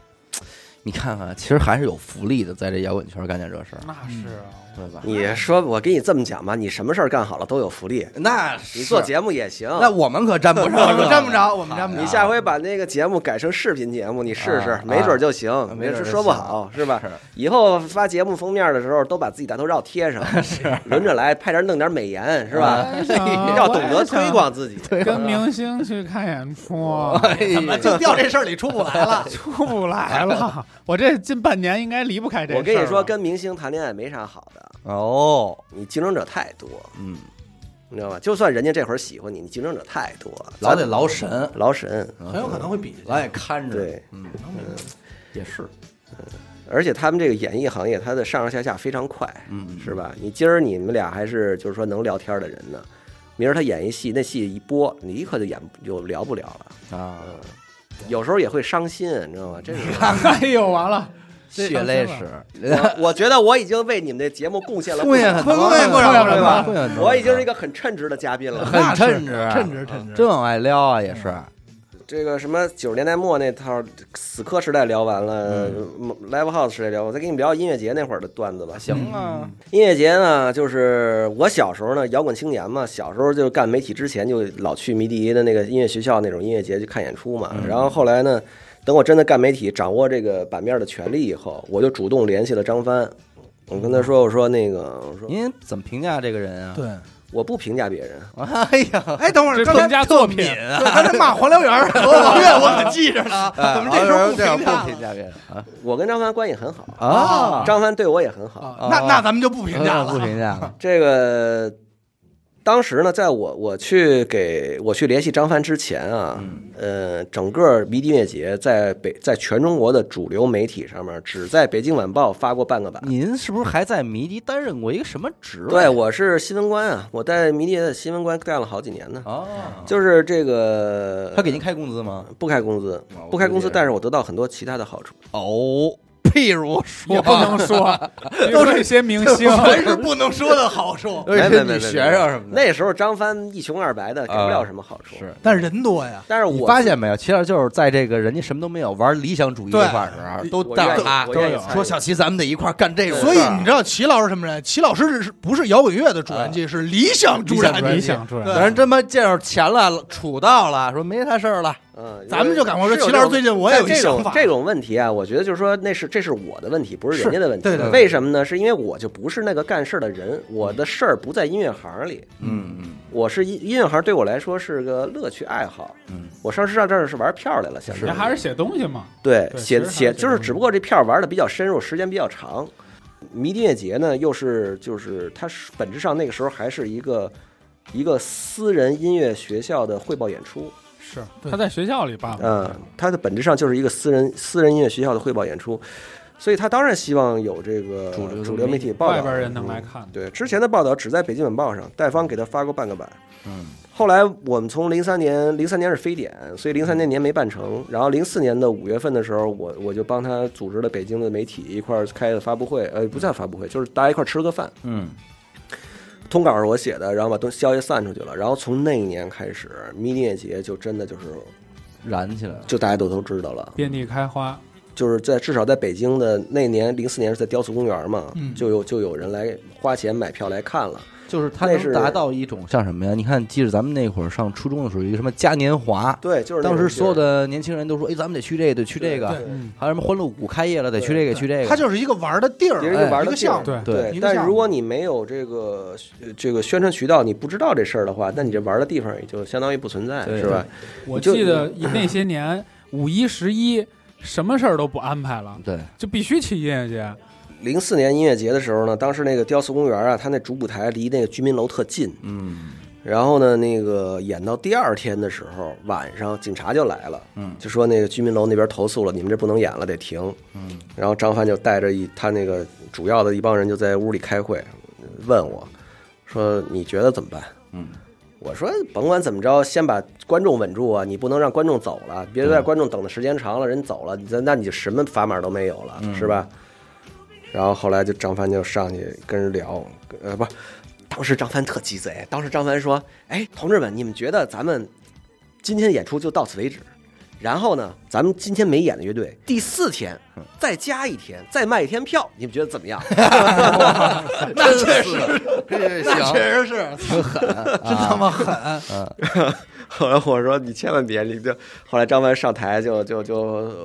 A: 你看看，其实还是有福利的，在这摇滚圈干点这事儿，
C: 那是啊，
A: 对吧？
D: 你说我跟你这么讲吧，你什么事儿干好了都有福利，
A: 那
D: 你
A: 是
D: 做节目也行。
A: 那我们可沾不上，
B: 我们沾不 着，我们沾不
D: 你
B: 着。
D: 下回把那个节目改成视频节目，你试试
A: 啊，
D: 没准就行。
A: 没准就行
D: 说不好是吧
A: 是？
D: 以后发节目封面的时候，都把自己大头照贴上， 轮着来，拍点弄点美颜是吧？
C: 啊
D: 要懂得推广自己。
C: 跟明星去看演 出，
A: 哎
B: 怎么就掉这事儿里出不来了？
C: 出不来了。我这近半年应该离不开这事儿
D: 我
C: 了。
D: 跟你说，跟明星谈恋爱没啥好的，
A: 哦，
D: 你竞争者太多，
A: 嗯，
D: 你知道吧？就算人家这会儿喜欢你，你竞争者太多，
A: 老
D: 咱
A: 得劳神，
D: 劳神。
A: 很
B: 很有可能会比
A: 老得看着，
D: 对，
A: 嗯，也是，
D: 而且他们这个演艺行业，它的上上下下非常快，
A: 嗯，
D: 是吧？你今儿你们俩还是就是说能聊天的人呢，明儿他演一戏，那戏一播，你立刻就演就聊不了了。
A: 啊，
D: 有时候也会伤心，你知道吗？这是
C: 哎呦，完了，
A: 血泪史，
D: 我我觉得我已经为你们这节目贡献了
A: 贡献很啊多，
D: 很多，
B: 贡献
D: 不
B: 不
D: 少
B: 少
D: 对吧？
A: 贡献很多
D: 我已经是一个很称职的嘉宾了。
A: 很称职，啊
B: 趁职趁职，
A: 真往外撩啊，也是。
D: 这个什么九十年代末那套死磕时代聊完了、l
A: 嗯
D: i v e House 时代聊，我再给你们聊音乐节那会儿的段子吧。
A: 行啊，
D: 音乐节呢，就是我小时候呢，摇滚青年嘛，小时候就干媒体之前就老去迷笛的那个音乐学校那种音乐节去看演出嘛。然后后来呢，等我真的干媒体，掌握这个版面的权利以后，我就主动联系了张帆。我跟他说：“我说那个，我说
A: 您怎么评价这个人啊？
B: 对，
D: 我不评价别人，
A: 哎 呀，
B: 哎，等会儿
C: 这
B: 刚才
C: 评价作品，
B: 对刚才骂黄辽 源儿和王源，我可记着呢，
D: 哎
B: 怎么这时候
A: 哎这样
B: 不
A: 不评
B: 评价了？
A: 价别人啊？
D: 我跟张帆关系很好，
A: 啊，
D: 张帆对我也很好。
B: 啊那那咱们就不评价
A: 嗯不
D: 啊
B: 了。
A: 评价了。
D: 这个当时呢，在我我去给我去联系张帆之前啊，
A: 嗯
D: 呃，整个迷笛音乐节在北在全中国的主流媒体上面，只在北京晚报发过半个版。
A: 您是不是还在迷笛担任过一个什么职位？
D: 对，我是新闻官啊，我在迷笛的新闻官干了好几年呢。
A: 哦，
D: 就是这个，
A: 他给您开工资吗？
D: 不开工资
A: 哦，
D: 不开工
A: 我理
D: 资，
A: 解
D: 但是我得到很多其他的好处。
A: 哦，譬如说
C: 也不能说， 都是一些明星，
B: 全是不能说的好处，
A: 而
D: 没
A: 且
D: 没没
A: 女
D: 没
A: 学生什么的，
D: 那时候张帆一穷二白的，给不了什么好
A: 嗯
D: 处。
A: 啊是，
B: 但人多呀，
D: 但是
A: 你
D: 我
A: 发现没有？其实就是在这个人家什么都没有玩理想主义这块儿的时候，都
D: 我
A: 带
D: 愿
A: 着
D: 意
A: 他
D: 我愿
C: 都
D: 意
C: 有
D: 参与
A: 说：“小齐，咱们得一块儿干这种事儿。”
B: 所以
D: 啊
B: 你知道齐老师什么人？齐老师是不是摇滚乐的助
D: 哎
B: 燃剂？是理想助燃
C: 理
B: 剂。
C: 想出来
A: 反正他妈见着钱了，杵到了，说没啥事儿了。
D: 嗯，
B: 咱们就赶快说，
D: 是有
B: 齐老师
D: 这种
B: 最近我也有一
D: 这
B: 想
D: 种
B: 法，
D: 这种问题啊，我觉得就是说，那是这是我的问题，不是人家的问题。
B: 是对对对
D: 为什么呢？是因为我就不是那个干事儿的人，我的事儿不在音乐行里，
A: 嗯嗯，
D: 我是音音乐行对我来说是个乐趣爱好。
A: 嗯，
D: 我上是上这儿是玩票来了，现
C: 人
D: 在
C: 还是写东西嘛，
D: 对
C: 对其实
D: 写
C: 还是
D: 写
C: 这
D: 就是，
C: 种
D: 只不过这票玩的比较深入，时间比较长。迷笛音乐节呢，又是就是它是本质上那个时候还是一个一个私人音乐学校的汇报演出。
C: 是他在学校里办的，
D: 嗯，它的本质上就是一个私人私人音乐学校的汇报演出，所以他当然希望有这个
A: 主流的
D: 主流媒体报道，
C: 外边人能来看
D: 嗯。。对，之前的报道只在北京晚报上，戴方给他发过半个版。
A: 嗯，
D: 后来我们从零三年，零三年是非典，所以零三年年没办成。然后零四年的五月份的时候，我我就帮他组织了北京的媒体一块儿开的发布会，呃，不叫发布会，就是大家一块儿吃了个饭。
A: 嗯，
D: 通稿是我写的，然后把东消息散出去了。然后从那一年开始，迷笛音乐节就真的就是
A: 燃起来了。
D: 就大家都都知道了。
C: 遍地开花，
D: 就是在至少在北京的那年零四年是在雕塑公园嘛，
B: 嗯
D: 就有就有人来花钱买票来看了。
A: 就是它
D: 那
A: 能
D: 是
A: 达到一种像什么呀？你看，记着咱们那会儿上初中的时候，有一个什么嘉年华，
D: 对，就是那
A: 当
D: 种
A: 时所有
D: 劲儿
A: 的年轻人都说：“哎，咱们得去这个，得去这个。
B: 对”
C: 嗯
A: 还有什么欢乐谷开业了，得去这个，去这个。
B: 它就是一个玩的地儿，
D: 其实就玩
B: 一
D: 的
B: 个
D: 地
B: 项
D: 儿
B: 目。
C: 对
A: 哎对
B: 一个
D: 但
B: 项目
D: 如果你没有这个呃这个宣传渠道，你不知道这事儿的话，那你这玩的地方也就相当于不存在，
A: 对
D: 是吧？
C: 我
D: 就
C: 记得那些年五一、十一，什么事儿都不安排了，
A: 对，
C: 就必须去音乐节。
D: 零四年音乐节的时候呢，当时那个雕塑公园啊，它那主舞台离那个居民楼特近，
A: 嗯
D: 然后呢，那个演到第二天的时候，晚上警察就来了，
A: 嗯
D: 就说那个居民楼那边投诉了，你们这不能演了，得停。
A: 嗯，
D: 然后张帆就带着一他那个主要的一帮人就在屋里开会，问我说：“你觉得怎么办？”
A: 嗯，
D: 我说：“甭管怎么着，先把观众稳住啊！你不能让观众走了，别在观众等的时间长了，人走了，你这那你就什么砝码都没有了，
A: 嗯
D: 是吧？”然后后来就张帆就上去跟人聊，呃，不，当时张帆特鸡贼，当时张帆说：“哎，同志们，你们觉得咱们今天演出就到此为止？然后呢，咱们今天没演的乐队，第四天再加一天，再卖一天票，你们觉得怎么样？
A: 那确实，那确实是挺狠，
B: 真他妈狠！
D: 后来我说你千万别，你就后来张帆上台就就就、呃、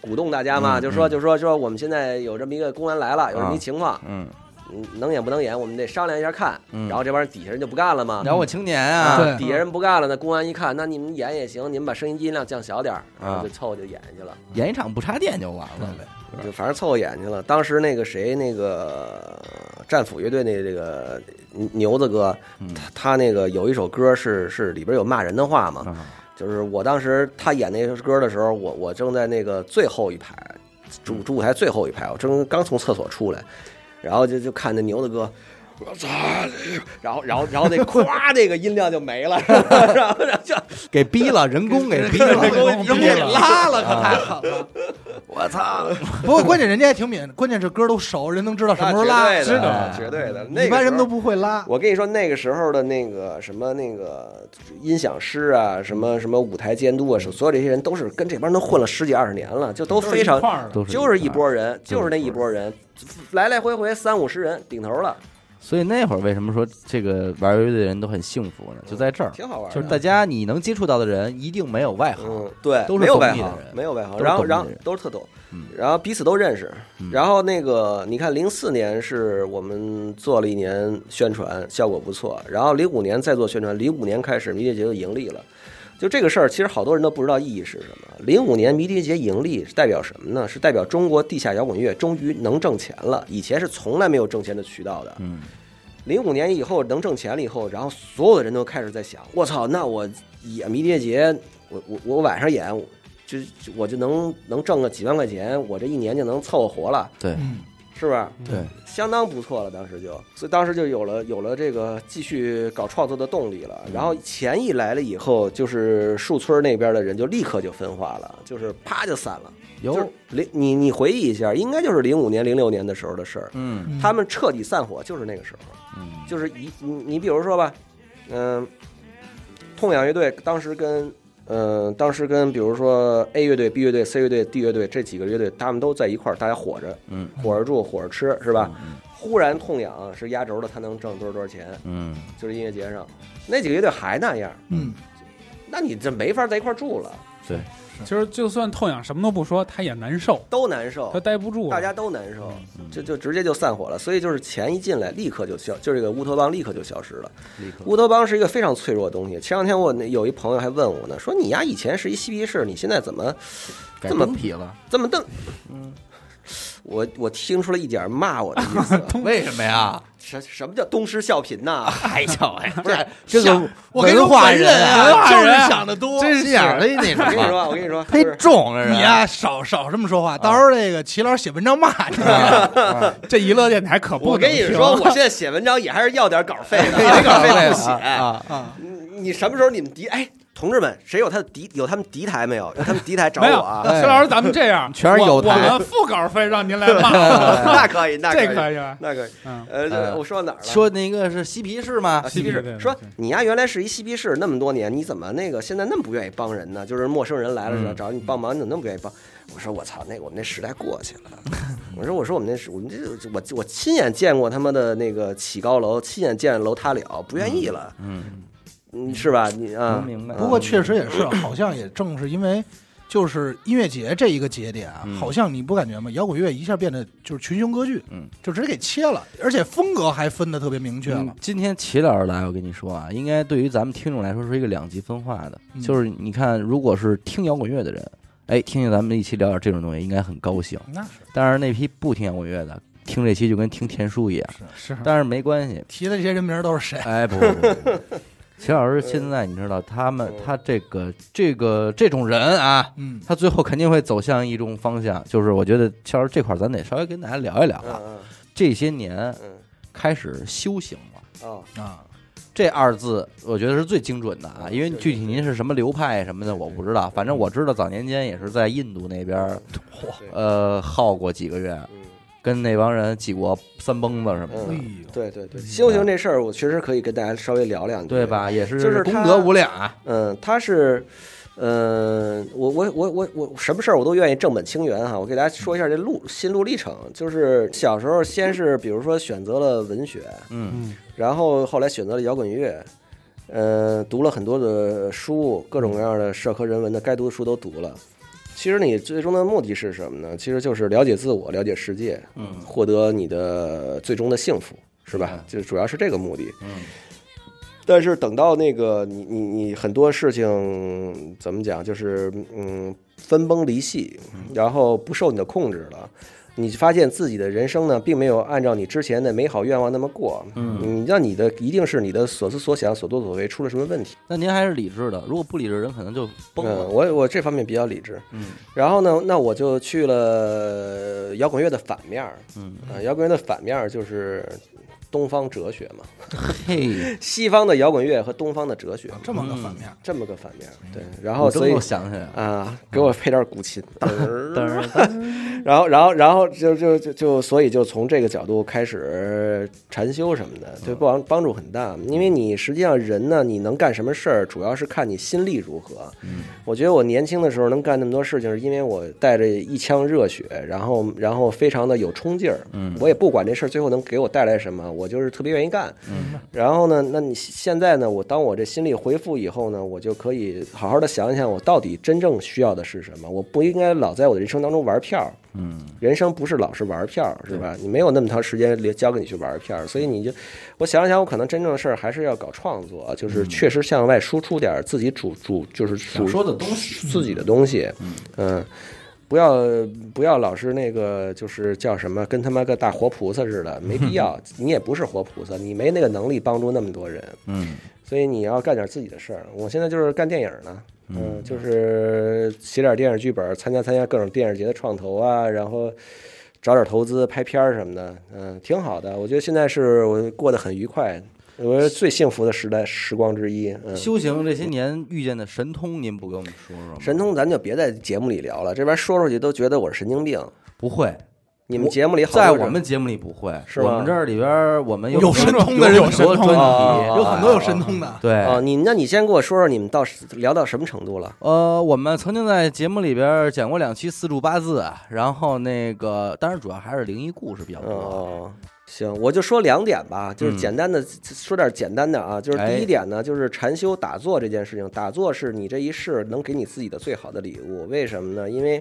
D: 鼓动大家嘛，就说就说说我们现在有这么一个公安来了，有这么一情况，
A: 嗯，
D: 嗯能演不能演，我们得商量一下看。
A: 嗯
D: 然后这帮人底下人就不干了嘛，
A: 摇滚青年啊，
D: 啊，
B: 对
D: 底下人不干了，那公安一看，那你们演也行，你们把声音音量降小点儿，然后就凑合就演去了，
A: 演一场不插电就完了呗。
D: 就反正凑合演去了。当时那个谁，那个战斧乐队那这个牛子哥，他他那个有一首歌是是里边有骂人的话嘛，就是我当时他演那首歌的时候，我我正在那个最后一排主主舞台最后一排，我正刚从厕所出来，然后就就看那牛的哥。我操！然后，然后，然后那咵，那个音量就没了， 然后，然后就
A: 给逼了，人工给逼
C: 人工
A: 了，
B: 人给拉了，可太狠了！
A: 我我操，
B: 不过关键人家也挺敏，关键是歌都熟，人能知道什么时候拉，
D: 那绝对的，
B: 啊
A: 道
D: 绝对的。那
B: 哎嗯一
D: 个
B: 般
D: 时
B: 人
D: 候
B: 都不会拉。
D: 我跟你说，那个时候的那个什么那个音响师啊，什么什么舞台监督啊，所有这些人都是跟这帮人都混了十几二十年了，就都非常
A: 都是
D: 就是一
A: 块儿
D: 拨人，
A: 就是
D: 就是那
A: 一
D: 一
A: 拨
D: 拨人，来来回回三五十人顶头了，
A: 所以那会儿为什么说这个玩乐队的人都很幸福呢？就在这儿，
D: 挺好玩
A: 就是
D: 的。
A: 大家你能接触到的人一定没有外行
D: 嗯，，对，
A: 都是
D: 没有
A: 懂
D: 外
A: 你的
D: 行
A: 人，
D: 没有外行，
A: 都是
D: 然后
A: 懂你
D: 然后
A: 的人
D: 都是特懂
A: 嗯，
D: 然后彼此都认识
A: 嗯。
D: 然后那个你看，零四年是我们做了一年宣传，效果不错。然后零五年再做宣传，零五年开始迷迭节就盈利了。就这个事儿，其实好多人都不知道意义是什么。零五年迷笛节盈利是代表什么呢？是代表中国地下摇滚乐终于能挣钱了，以前是从来没有挣钱的渠道的。
A: 嗯，
D: 零五年以后能挣钱了以后，然后所有的人都开始在想，我操，那我演迷迭节，我我我晚上演，就就我就能能挣个几万块钱，我这一年就能凑合活了，
A: 对
B: 嗯，
D: 是吧？
A: 对，
D: 相当不错了，当时就，所以当时就有了有了这个继续搞创作的动力了。然后钱一来了以后，就是树村那边的人就立刻就分化了，就是啪就散了。就是
A: 有，
D: 零你你回忆一下，应该就是零五年零六年的时候的事儿，
A: 嗯
B: 嗯
D: 他们彻底散伙就是那个时候。
A: 嗯，
D: 就是一你你比如说吧，嗯、痛仰乐队当时跟嗯、呃当时跟比如说 A 乐队、B 乐队、C 乐队、D 乐队这几个乐队，他们都在一块儿，大家火着
A: 嗯
D: 火着住，火着吃，是吧？忽然痛仰是压轴的，他能挣多少多少钱？
A: 嗯，
D: 就是音乐节上那几个乐队还那样，
B: 嗯，
D: 那你这没法在一块儿住了，
A: 对，
C: 其实就算痛痒什么都不说，他也难受，
D: 都难受
C: 他，待不住了。
D: 大家都难受。
A: 嗯
D: 就就直接就散伙了，所以就是钱一进来，立刻就消，就这个乌托邦立刻就消失了。
A: 立刻
D: 乌托邦是一个非常脆弱的东西。前两天我那有一朋友还问我呢，说你呀以前是一嬉皮士，你现在怎么
A: 改
D: 这么
A: 东皮了，，
D: 这么瞪？我我听出了一点骂我的意思
A: 为什么呀？
D: 什什么叫东施效颦呐？哎呦 喂，不是，
A: 这
D: 像
A: 个
B: 我跟你说
A: 文化
B: 文
A: 人
B: 人啊，
C: 啊
B: 就是
C: 文化人
B: 想的多，
A: 真是眼儿的那
D: 我跟你
B: 啊
A: 什么，
D: 说，我跟你说，
A: 忒
D: 就是
A: 重了人，
B: 你呀，少少这么说话，到时候这个齐老师写文章骂你，啊 这娱乐电台可
D: 我跟你说，我现在写文章也还是要点稿费 的，没稿费不写。
A: 啊，
B: 啊，
D: 你你什么时候你们敌？哎，同志们，谁有他的敌？有他们敌台没有？有他们敌台找
C: 没有
D: 我啊！
A: 哎
C: 徐老师，咱们这样，
A: 全是
C: 我
A: 有
C: 我
A: 台
C: 们付稿费让您来骂，
D: 那可以，那
C: 这
D: 可
C: 可
D: 以，
C: 以吧？
D: 那可以。
C: 嗯，
D: 呃，
A: 呃
D: 这我说到哪儿了？
A: 说那个是嬉皮士吗
D: 啊，？嬉皮
C: 嬉皮
D: 士
C: 士
D: 说
C: 对
D: 你呀，原来是一嬉皮士，那么多年，你怎么那个现在那么不愿意帮人呢？就是陌生人来了
A: 嗯
D: 找找你帮忙，你怎么那么不愿意帮？我说我操，那我们那时代过去了。我说我说我们那时我们这我我亲眼见过他妈的那个起高楼，亲眼见楼塌了，不愿意了，
A: 嗯，
D: 嗯，是吧？你啊
A: 能，明白。
D: 嗯
B: 不过确实也是，好像也正是因为。就是音乐节这一个节点啊
A: 嗯，
B: 好像你不感觉吗？摇滚乐一下变得就是群雄割据，
A: 嗯，
B: 就直接给切了，而且风格还分的特别明确了
A: 嗯。今天齐老师来，我跟你说啊，应该对于咱们听众来说是一个两极分化的。
B: 嗯
A: 就是你看，如果是听摇滚乐的人，哎，听听咱们一期聊点这种东西，应该很高兴。
B: 嗯那是
A: 但是那批不听摇滚乐的，听这期就跟听田书一样。
C: 是
A: 但是没关系，
B: 提的这些人名都是谁？
A: 哎，不不不不，齐老师现在你知道，他们他这个这个这种人啊，
B: 嗯，
A: 他最后肯定会走向一种方向，就是我觉得齐老师这块儿咱得稍微跟大家聊一聊啊。
D: 嗯
A: 这些年
D: 嗯
A: 开始修行了。
D: 嗯啊，
B: 啊，
A: 这二字，我觉得是最精准的啊，
D: 嗯
A: 因为
D: 是
A: 具体您是什么流派什么的，我不知道。反正我知道早年间也是在印度那边儿，
D: 对
A: 呃，耗过几个月，
D: 嗯。
A: 跟那帮人挤过三蹦子什么的，
D: 嗯
B: 哎呦
D: 对对对，修行这事儿，我确实可以跟大家稍微聊两句，
A: 对吧？也是
D: 嗯就是
A: 功
D: 他
A: 德无量啊。
D: 嗯，他是，嗯，我我我我我什么事儿我都愿意正本清源哈。我给大家说一下这路心路历程，就是小时候先是比如说选择了文学，
A: 嗯
D: 然后后来选择了摇滚乐，嗯，读了很多的书，各种各样的社科人文的该读的书都读了。其实你最终的目的是什么呢？其实就是了解自我，了解世界，
A: 嗯
D: 获得你的最终的幸福，是吧
A: 嗯？
D: 就主要是这个目的。
A: 嗯
D: 但是等到那个你你你很多事情怎么讲，就是嗯分崩离析，
A: 嗯
D: 然后不受你的控制了，你发现自己的人生呢，并没有按照你之前的美好愿望那么过。
A: 嗯，
D: 嗯，让你的一定是你的所思所想、所作所为出了什么问题。
A: 那您还是理智的，如果不理智的人可能就崩
D: 嗯，
A: 了。
D: 我我这方面比较理智。
A: 嗯
D: 然后呢，那我就去了摇滚乐的反面儿。
A: 嗯
D: 啊，摇滚乐的反面儿就是东方哲学嘛，
A: 嘿，
D: 西方的摇滚乐和东方的哲学，
B: 这么个反面。
D: 这么个反面。对，然
A: 我
D: 后
A: 跟
D: 所以
A: 我想起来了，
D: 啊，给我配段古琴，
A: 噔儿
D: 然后，然后，然后就就就就，所以就从这个角度开始禅修什么的，
A: 嗯
D: 对帮帮助很大。因为你实际上人呢，你能干什么事儿，主要是看你心力如何。
A: 嗯
D: 我觉得我年轻的时候能干那么多事情，是因为我带着一腔热血，然后然后非常的有冲劲儿。
A: 嗯
D: 我也不管这事儿最后能给我带来什么，我就是特别愿意干。 然后呢，那你现在呢？我当我这心力恢复以后呢，我就可以好好的想一想，我到底真正需要的是什么。我不应该老在我的人生当中玩票，
A: 嗯，
D: 人生不是老是玩票，是吧？你没有那么长时间连交给你去玩票，所以你就，我想了想，我可能真正的事儿还是要搞创作，就是确实向外输出点儿自己主主就是主
A: 嗯想说的东西，
D: 自己的东西，嗯。不要不要老是那个，就是叫什么，跟他妈个大活菩萨似的，没 必要。你也不是活菩萨，你没那个能力帮助那么多人，
A: 嗯
D: 所以你要干点自己的事儿。我现在就是干电影呢，嗯，就是写点电影剧本，参加参加各种电影节的创投啊，然后找点投资拍片儿什么的，嗯，挺好的。我觉得现在是我过得很愉快，我是最幸福的时代时光之一。嗯，
A: 修行这些年遇见的神通，您不给我们说说吗？
D: 神通咱就别在节目里聊了，这边说出去都觉得我是神经病。
A: 不会，
D: 你们节目里好多
A: 在
D: 人
A: 我们节目里不会，
D: 是吗
A: 我们这里边儿我们
B: 有神通的人
A: 有很多专
C: 有神通
A: 题，
D: 啊
B: 有很多有神通的，
A: 对
D: 哦，你那你先给我说说你们到聊到什么程度了？
A: 呃，我们曾经在节目里边儿讲过两期四柱八字，啊然后那个当然主要还是灵异故事比较多。
D: 哦，行，我就说两点吧，就是
A: 嗯
D: 简单的、说点简单的
A: 哎
D: 啊，就是第一点呢，就是禅修打坐这件事情，打坐是你这一世能给你自己的最好的礼物，为什么呢？因为。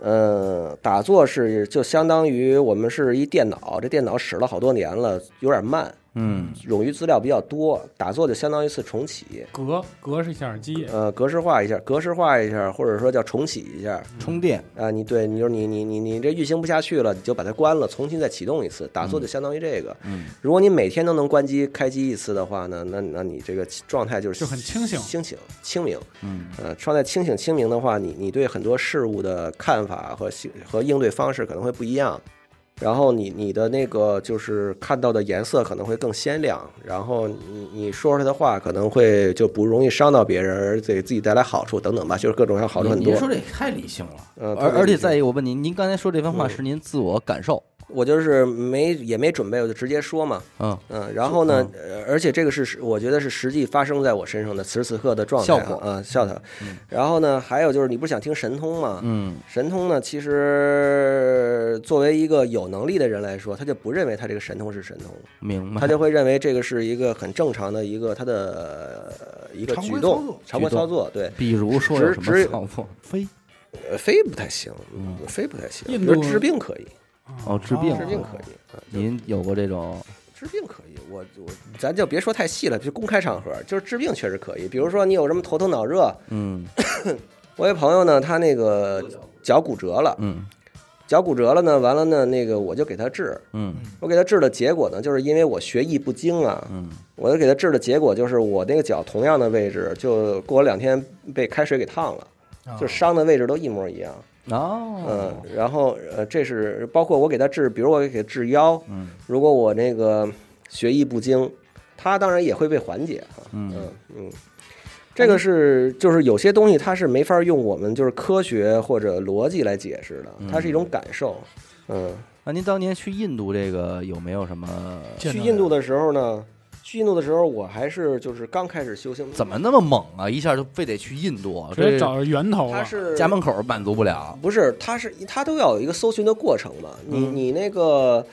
D: 呃，打坐是就相当于我们是一电脑，这电脑使了好多年了，有点慢，
A: 嗯
D: 冗余资料比较多。打坐就相当于一次重启，
C: 格格是一下耳机，
D: 呃，格式化一下，格式化一下，或者说叫重启一下，
A: 充电，
C: 嗯
D: 啊，你对，你就是你你你你这运行不下去了，你就把它关了，重新再启动一次。打坐就相当于这个。
A: 嗯，
D: 如果你每天都能关机开机一次的话呢，那那你这个状态就是
C: 就很清醒
D: 清醒、清明。
A: 嗯，
D: 呃，状态清醒清明的话，你你对很多事物的看法和行和应对方式可能会不一样。然后你你的那个就是看到的颜色可能会更鲜亮，然后你你说出来的话可能会就不容易伤到别人，而给自己带来好处等等吧，就是各种要好处很
A: 您
D: 多
A: 您。说这太理性了，
D: 呃特
A: 而
D: 别
A: 而且
D: 理性
A: 再一个，我问您，您刚才说这番话
D: 嗯
A: 是您自我感受，
D: 我就是没也没准备，我就直接说嘛，
A: 嗯，
D: 嗯，然后呢，呃而且这个是实我觉得是实际发生在我身上的此时此刻的状态啊
A: 效果
D: 啊，效果。然后呢，还有就是你不是想听神通吗？
A: 嗯
D: 神通呢，其实作为一个有能力的人来说，他就不认为他这个神通是神通，
A: 明白。
D: 他就会认为这个是一个很正常的一个他的呃一个
B: 常
D: 举
B: 规操
D: 动
B: 作，
D: 常规
A: 举动
D: 操作。对，
A: 比如说有什
D: 只
A: 么
D: 只
A: 操作？飞
D: 呃飞不太行，飞不太行，
C: 印
D: 比如
C: 度
D: 治病可以，
A: 嗯哦，治病
B: 哦
D: 治
A: 啊，
D: 病可以。啊就
A: 您有过这种？
D: 治病可以，我我咱就别说太细了，就公开场合，就是治病确实可以。比如说你有什么头疼脑热，
A: 嗯
D: 我有朋友呢，他那个脚骨折了，
A: 嗯
D: 脚骨折了呢，完了呢，那个我就给他治，
A: 嗯
D: 我给他治的结果呢，就是因为我学艺不精啊，
A: 嗯，
D: 我就给他治的结果就是我那个脚同样的位置，就过了两天被开水给烫了，
B: 啊
D: 就伤的位置都一模一样。嗯
A: 哦，，
D: 然后呃，这是包括我给他治，比如我给他治腰，
A: 嗯，
D: 如果我那个学艺不精，他当然也会被缓解啊，
A: 嗯
D: 嗯嗯，这个是就是有些东西它是没法用我们就是科学或者逻辑来解释的，它是一
A: 嗯
D: 种感受，嗯，
A: 那您当年去印度这个有没有什么？
B: 见
D: 去
B: 到
D: 印度的时候呢，去印度的时候我还是就是刚开始修行，
A: 怎么那么猛啊？一下就非得去印度，啊
C: 直接
A: 这
C: 找着源头
D: 他
C: 了。
D: 是
A: 家门口满足不了。
D: 不是，它是它都要有一个搜寻的过程嘛。你你那个，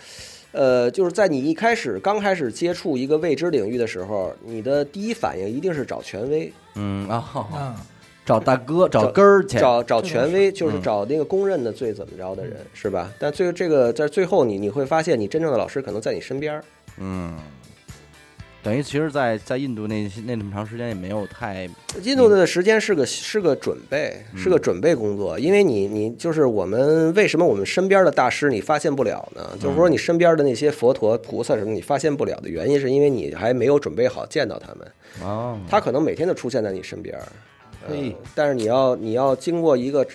D: 呃，就是在你一开始刚开始接触一个未知领域的时候，你的第一反应一定是找权威，
A: 嗯啊，
B: 嗯，
A: 找大哥，找根儿去。
D: 找找权威，就是
A: 嗯
D: 找那个公认的最怎么着的人，是吧？但最这个在最后你你会发现，你真正的老师可能在你身边儿。
A: 嗯，等于其实在，在印度那那那么长时间也没有太
D: 印度的时间是个是个准备，是个准备工作，因为你你就是我们为什么我们身边的大师你发现不了呢？就是说你身边的那些佛陀、菩萨什么你发现不了的原因，是因为你还没有准备好见到他们，
A: 哦，
D: 他可能每天都出现在你身边儿，呃
A: 嘿
D: 但是你要你要经过一个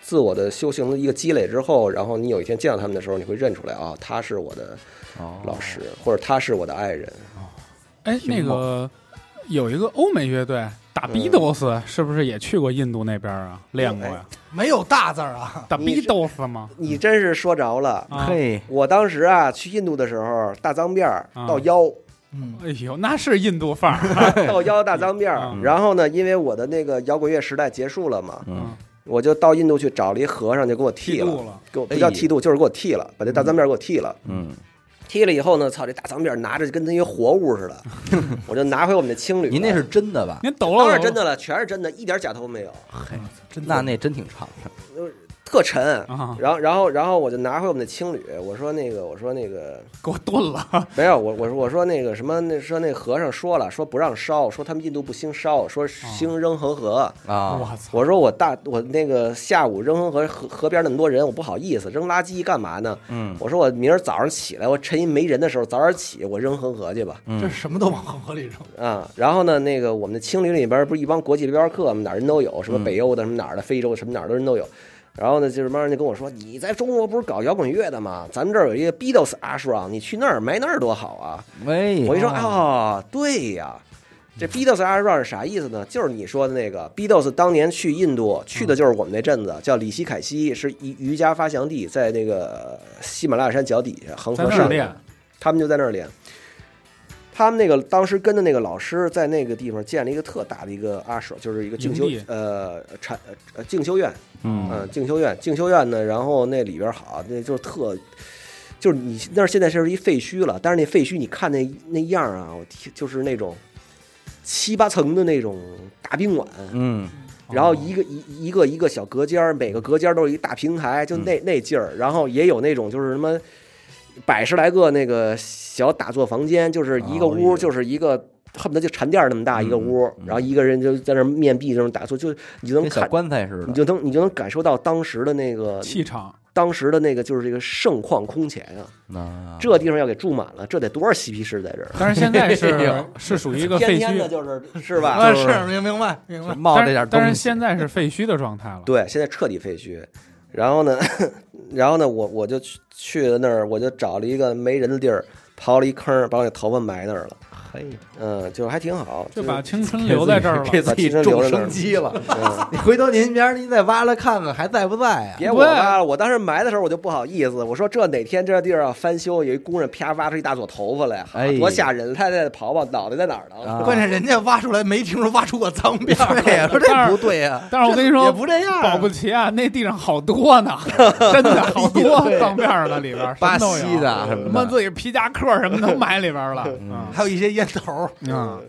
D: 自我的修行的一个积累之后，然后你有一天见到他们的时候，你会认出来啊，他是我的
A: 哦
D: 老师，或者他是我的爱人。
C: 哎，那个有一个欧美乐队打 Beatles，是不是也去过印度那边啊？练过呀？
B: 没有大字儿啊，
C: 打
D: 哎你是
C: Beatles 吗？
D: 你真是说着了。
C: 啊，
A: 嘿，
D: 我当时啊，去印度的时候，大脏辫儿
C: 啊
D: 到腰，
B: 嗯，
C: 哎呦，那是印度范儿。
D: 到腰大脏辫儿
C: 嗯。
D: 然后呢，因为我的那个摇滚乐时代结束了嘛，
A: 嗯，
D: 我就到印度去找了一和尚，就给我剃
C: 剃度
D: 了，
C: 啊了，
D: 给我
A: 哎
D: 不
A: 呦
D: 叫剃度，就是给我剃了，把这大脏辫儿给我剃了。
A: 嗯，
D: 剃了以后呢，操，这大脏辫儿拿着就跟那些活物似 的，我就拿回我们的青旅了。
A: 您那是真的吧？
C: 您抖了
D: 当
C: 抖
D: 然真的了，全是真的，一点假头没有，
A: 真那那真挺长的。
D: 特沉。
C: 啊，
D: 然后，然后，然后我就拿回我们的青旅，我说那个，我说那个
C: 给我炖了。
D: 没有，我我说我说那个什么，那说那和尚说了，说不让烧，说他们印度不兴烧，说兴扔恒河。
A: 啊，
C: 我操！
D: 我说我大我那个下午扔恒河河河边那么多人，我不好意思扔垃圾干嘛呢？
A: 嗯
D: 我说我明儿早上起来，我趁一没人的时候早点起，我扔恒河去吧。
B: 这
A: 嗯，
B: 什么都往恒河里扔，
D: 啊，然后呢，那个我们的青旅里边儿不是一帮国际背包客吗？哪儿人都有，什么北欧的，什么哪儿的，非洲的，什么哪儿的人都有。然后呢，就是慢慢就跟我说，你在中国不是搞摇滚乐的吗？咱们这儿有一个 Beatles 阿叔啊，你去那儿埋那儿多好啊！
A: 喂
D: 我一说啊、哦，对呀，这 Beatles 阿叔是啥意思呢？就是你说的那个 Beatles 当年去印度去
C: 嗯
D: 的就是我们那镇子，叫里希凯西，是瑜瑜伽发祥地，在那个喜马拉雅山脚底下，恒
C: 在
D: 河
C: 那儿
D: 上
C: 练，
D: 他们就在那儿练。他们那个当时跟的那个老师在那个地方建了一个特大的一个阿舍，就是一个
C: 营
D: 进修
C: 地
D: 呃禅呃进修院，嗯、
A: 嗯
D: 进修院进修院呢，然后那里边好，那就是特，就是你那儿现在是一废墟了，但是那废墟你看那那样啊，我天，就是那种七八层的那种大宾馆，
A: 嗯，
D: 然
C: 啊
D: 后一个一一个一个小隔间儿，每个隔间儿都是一大平台，
A: 嗯
D: 就那那劲儿。然后也有那种就是什么百十来个那个小打坐房间，就是一个
A: 哦哎
D: 屋
A: 呦
D: 就是一个恨不得就禅垫儿那么大一个屋
A: 嗯嗯，嗯
D: 然后一个人就在那儿面壁那种打坐，就你就能
A: 跟小
D: 看。
A: 棺材似的。
D: 你就能你就能感受到当时的那个
C: 气场，
D: 当时的那个就是这个盛况空前啊！
A: 啊
D: 这地方要给住满了，这得多少嬉皮士在这儿？啊
C: 但是现在
A: 哎
C: 是
A: 呦
C: 是属于一个
D: 天
C: 废
D: 天的
C: 墟，
D: 就是是吧？
B: 啊，
A: 就是
B: 是明明白明白，
A: 冒
C: 但
A: 这点
C: 是
A: 东西，
C: 但是现在是废墟的状态了。
D: 对，现在彻底废墟。然后呢， 然后呢，我我就去去了那儿，我就找了一个没人的地儿，刨了一坑，把我那头发埋那儿了。
A: 嘿，
D: 嗯，就是还挺好，
C: 就
D: 就
C: 把青春留在这儿
A: 给自
C: 了。
A: 己
D: 把青春留
A: 种
D: 在那儿
A: 生机了。
D: 嗯
A: 你回头您明儿您再挖了看看还在不在啊呀？
D: 别我挖了。我当时埋的时候我就不好意思，我说这哪天这地儿要翻修，有一工人啪挖出一大撮头发来，
A: 哎
D: 多吓人！他在刨刨，脑袋在哪儿呢？
A: 啊
B: 关键人家挖出来没听说挖出过脏辫 儿，
A: 对呀，说
C: 但
A: 这不
C: 是
A: 对啊呀。
C: 但是我跟你说，
B: 也不这样啊，
C: 保不齐啊，那地上好多呢，真的好多脏辫儿呢，里边儿
A: 巴
C: 什么都有
A: 西的什
C: 什
A: 么
C: 么
A: 的，
C: 自己皮夹克什么都埋里边儿了，嗯
B: 还有一些烟头，
C: 嗯，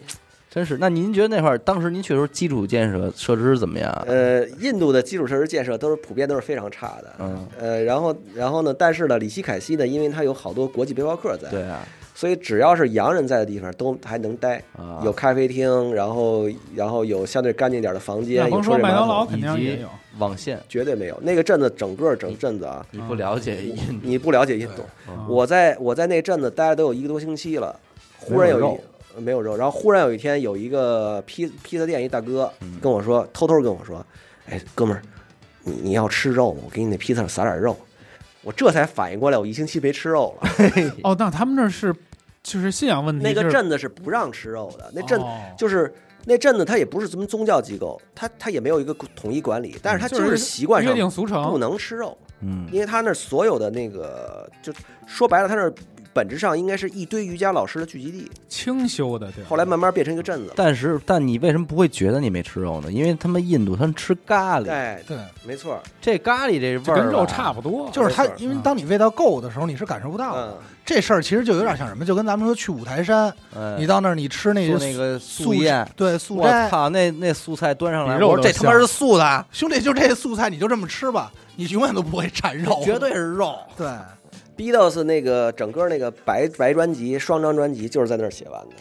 A: 真是。那您觉得那块儿当时您去的时候，基础建设设施怎么样？
D: 呃，印度的基础设施建设都是普遍都是非常差的。
A: 嗯，
D: 呃，然后然后呢，但是呢，里希凯西呢，因为它有好多国际背包客在，
A: 对啊，
D: 所以只要是洋人在的地方都还能待，
A: 啊
D: 有咖啡厅，然后然后有相对干净点的房间，
C: 那
D: 有
C: 甭
D: 热
C: 说
D: 水
C: 麦
D: 马
C: 当
D: 桶
C: 劳，
A: 以
C: 肯定也
A: 及
C: 有。
A: 网线，
D: 绝对没有。那个镇子整个整镇子啊，
A: 你不了解印度
D: 你不了解印度，
A: 嗯
D: 我在我在那镇子待了都有一个多星期了，忽
A: 没
D: 然
A: 有
D: 有一
A: 肉
D: 呃没有肉，然后忽然有一天有一个披披萨店一大哥
A: 嗯
D: 跟我说，偷偷跟我说，哎，哥们儿，你你要吃肉吗？我给你那披萨上撒点肉。我这才反应过来，我一星期没吃肉了。
C: 哦，那他们那儿是就是信仰问题，
D: 那个
C: 就是
D: 镇子是不让吃肉的，那镇
C: 哦
D: 就是那阵子，它也不是什么宗教机构，它它也没有一个统一管理，但是它
C: 就是
D: 习惯
C: 约定
D: 上
C: 俗
D: 不
C: 成，
D: 能吃肉，
A: 嗯
D: 因为它那儿所有的那个，就说白了，它那儿本质上应该是一堆瑜伽老师的聚集地，
C: 清修的对吧。
D: 后来慢慢变成一个镇子了。
A: 但是，但你为什么不会觉得你没吃肉呢？因为他们印度他们吃咖喱，
D: 对，
B: 对，
D: 哎没错儿，
A: 这咖喱这味
C: 就
A: 儿啊
C: 跟
A: 吧
C: 肉差不多，
B: 就是它
D: 没，错
B: 因为当你味道够的时候，你是感受不
C: 啊
B: 到的。
D: 嗯，
B: 这事儿其实就有点像什么，就跟咱们说去五台山，
A: 哎
B: 你到那儿你吃那
A: 做
B: 些
A: 那个
B: 素
A: 素宴，
B: 对素
A: 我
B: 斋，
A: 操，那那素菜端上来，
C: 比肉
A: 我说
C: 都
A: 这
B: 他妈
A: 香
B: 是素的啊，兄弟，就这素菜你就这么吃吧，你永远都不会馋肉，
A: 绝对是肉。
B: 对。
D: Beatles 那个整个那个白白专辑双张专辑就是在那儿写完的，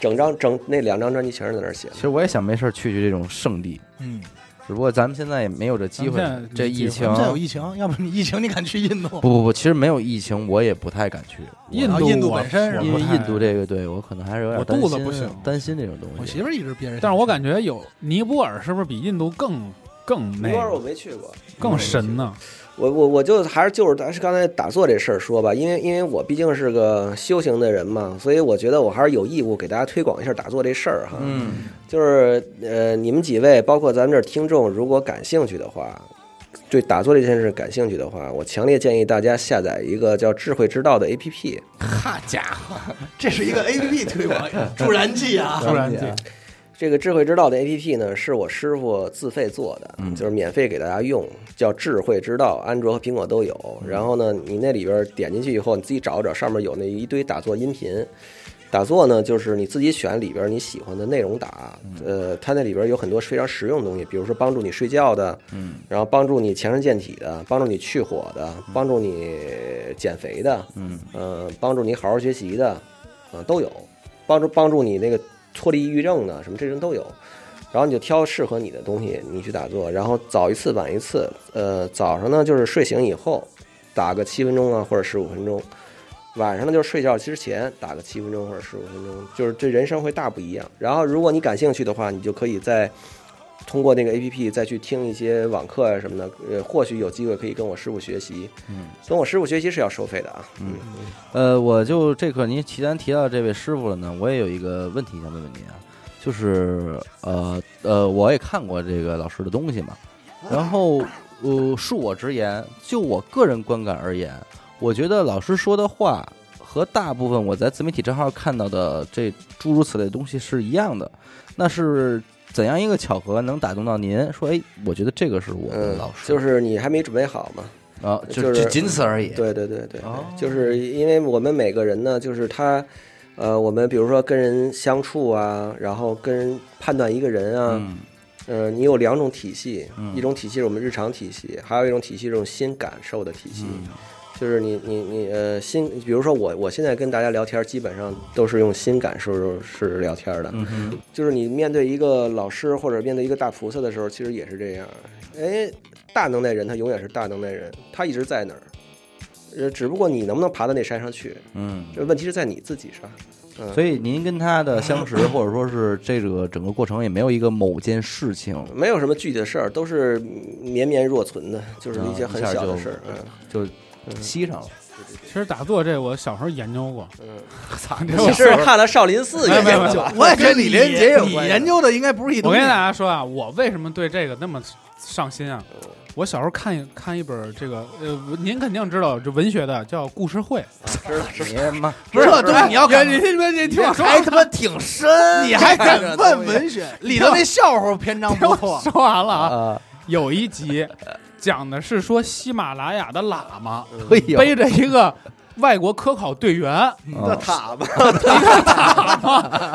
D: 整张整那两张专辑全是在那儿写的
A: 其。实我也想没事儿去去这种圣地，
B: 嗯，
A: 只不过咱们现在也没有这机会
C: 咱们现在，
A: 这疫情
B: 咱。们这有疫情，要不你疫情你敢去印度？
A: 不不不，其实没有疫情，我也不太敢去，
C: 印
B: 然
C: 度
B: 后印度
C: 我
B: 本身是吧
A: 因为印度，
C: 我不太
A: 这个对我可能还是有点
C: 我
A: 担
C: 肚
A: 心，
C: 子不行
A: 担心这种东
B: 我媳
A: 西。
B: 妇儿一直憋着，
C: 但是我感觉有尼泊尔是不是比印度更更那
D: 尼泊尔我
C: 个
D: 没去过，
C: 更神呢。
D: 我我我就还是就是当时刚才打坐这事儿说吧，因为因为我毕竟是个修行的人嘛，所以我觉得我还是有义务给大家推广一下打坐这事儿哈。
A: 嗯，
D: 就是呃，你们几位，包括咱们这儿听众，如果感兴趣的话，对打坐这件事感兴趣的话，我强烈建议大家下载一个叫“智慧之道”的 APP。
F: 好家伙，这是一个 A P P 推广助燃剂啊！
C: 突然
D: 了
C: 间，
D: 这个智慧之道的 APP 呢，是我师傅自费做的，
A: 嗯
D: 就是免费给大家用，叫智慧之道，安卓和苹果都有。然后呢，你那里边点进去以后，你自己找一找，上面有那一堆打坐音频。打坐呢，就是你自己选里边你喜欢的内容打，呃，它那里边有很多非常实用的东西，比如说帮助你睡觉的，嗯，然后帮助你强身健体的，帮助你去火的，帮助你减肥的，嗯，呃，帮助你好好学习的，啊，都有，帮助帮助你那个脱离抑郁症啊的，什么这种都有。然后你就挑适合你的东西，你去打坐，然后早一次晚一次。呃，早上呢就是睡醒以后打个七分钟啊，或者十五分钟；晚上呢就是睡觉之前打个七分钟或者十五分钟，就是这人生会大不一样。然后如果你感兴趣的话，你就可以再通过那个 A P P 再去听一些网课啊什么的，呃，或许有机会可以跟我师傅学习。嗯，跟我师傅学习是要收费的啊。嗯，
A: 呃，我就这课您既然提到这位师傅了呢，我也有一个问题想问问您啊，就是呃呃，我也看过这个老师的东西嘛，然后呃，恕我直言，就我个人观感而言，我觉得老师说的话和大部分我在自媒体账号看到的这诸如此类的东西是一样的，那是。怎样一个巧合能打动到您？说，哎，我觉得这个是我的
D: 嗯
A: 老师，
D: 就是你还没准备好嘛。
A: 啊，
D: 就
A: 就是就仅此而已。
D: 对对对对，
A: 哦
D: 就是因为我们每个人呢，就是他，呃，我们比如说跟人相处啊，然后跟人判断一个人啊，
A: 嗯，
D: 呃，你有两种体系，
A: 嗯
D: 一种体系是我们日常体系，还有一种体系是这种新感受的体系。
A: 嗯
D: 就是你你你呃新，比如说我我现在跟大家聊天，基本上都是用新感受是聊天的。
A: 嗯哼，
D: 就是你面对一个老师或者面对一个大菩萨的时候，其实也是这样。哎，大能耐人他永远是大能耐人，他一直在那儿。呃，只不过你能不能爬到那山上去，
A: 嗯，
D: 这问题是在你自己上。嗯，
A: 所以您跟他的相识，或者说是这个整个过程，也没有一个某件事情
D: 没有什么具体的事儿，都是绵绵若存的，就是一些很小的事儿。嗯
A: 啊就吸上了。
C: 其实打坐这我小时候研究过，
D: 嗯，
C: 操， 这
D: 你
C: 我
D: 是看了少林寺
C: 没有没有
D: 研
C: 没
D: 究
C: 有
D: 吧？
F: 我也觉得李连杰有
D: 你
F: 关系。你研究的应该不是一
C: 我
F: 东西
C: 跟大。家说啊，我为什么对这个那么上心啊？我小时候看一看一本这个，呃，您肯定知道，这文学的叫《故事会》。
D: 知道知道。
A: 你妈，
F: 不是这东西，你要敢，
C: 你你你听我说，
F: 还他妈挺深，你还敢问文学？里头那笑话篇章
C: 听
F: 不
C: 我
F: 错，
C: 说完了啊。
A: 啊，
C: 有一集讲的是说喜马拉雅的喇嘛
A: 哎呦，
C: 背着一个外国科考队员，
F: 那
A: 啊
F: 塔吧，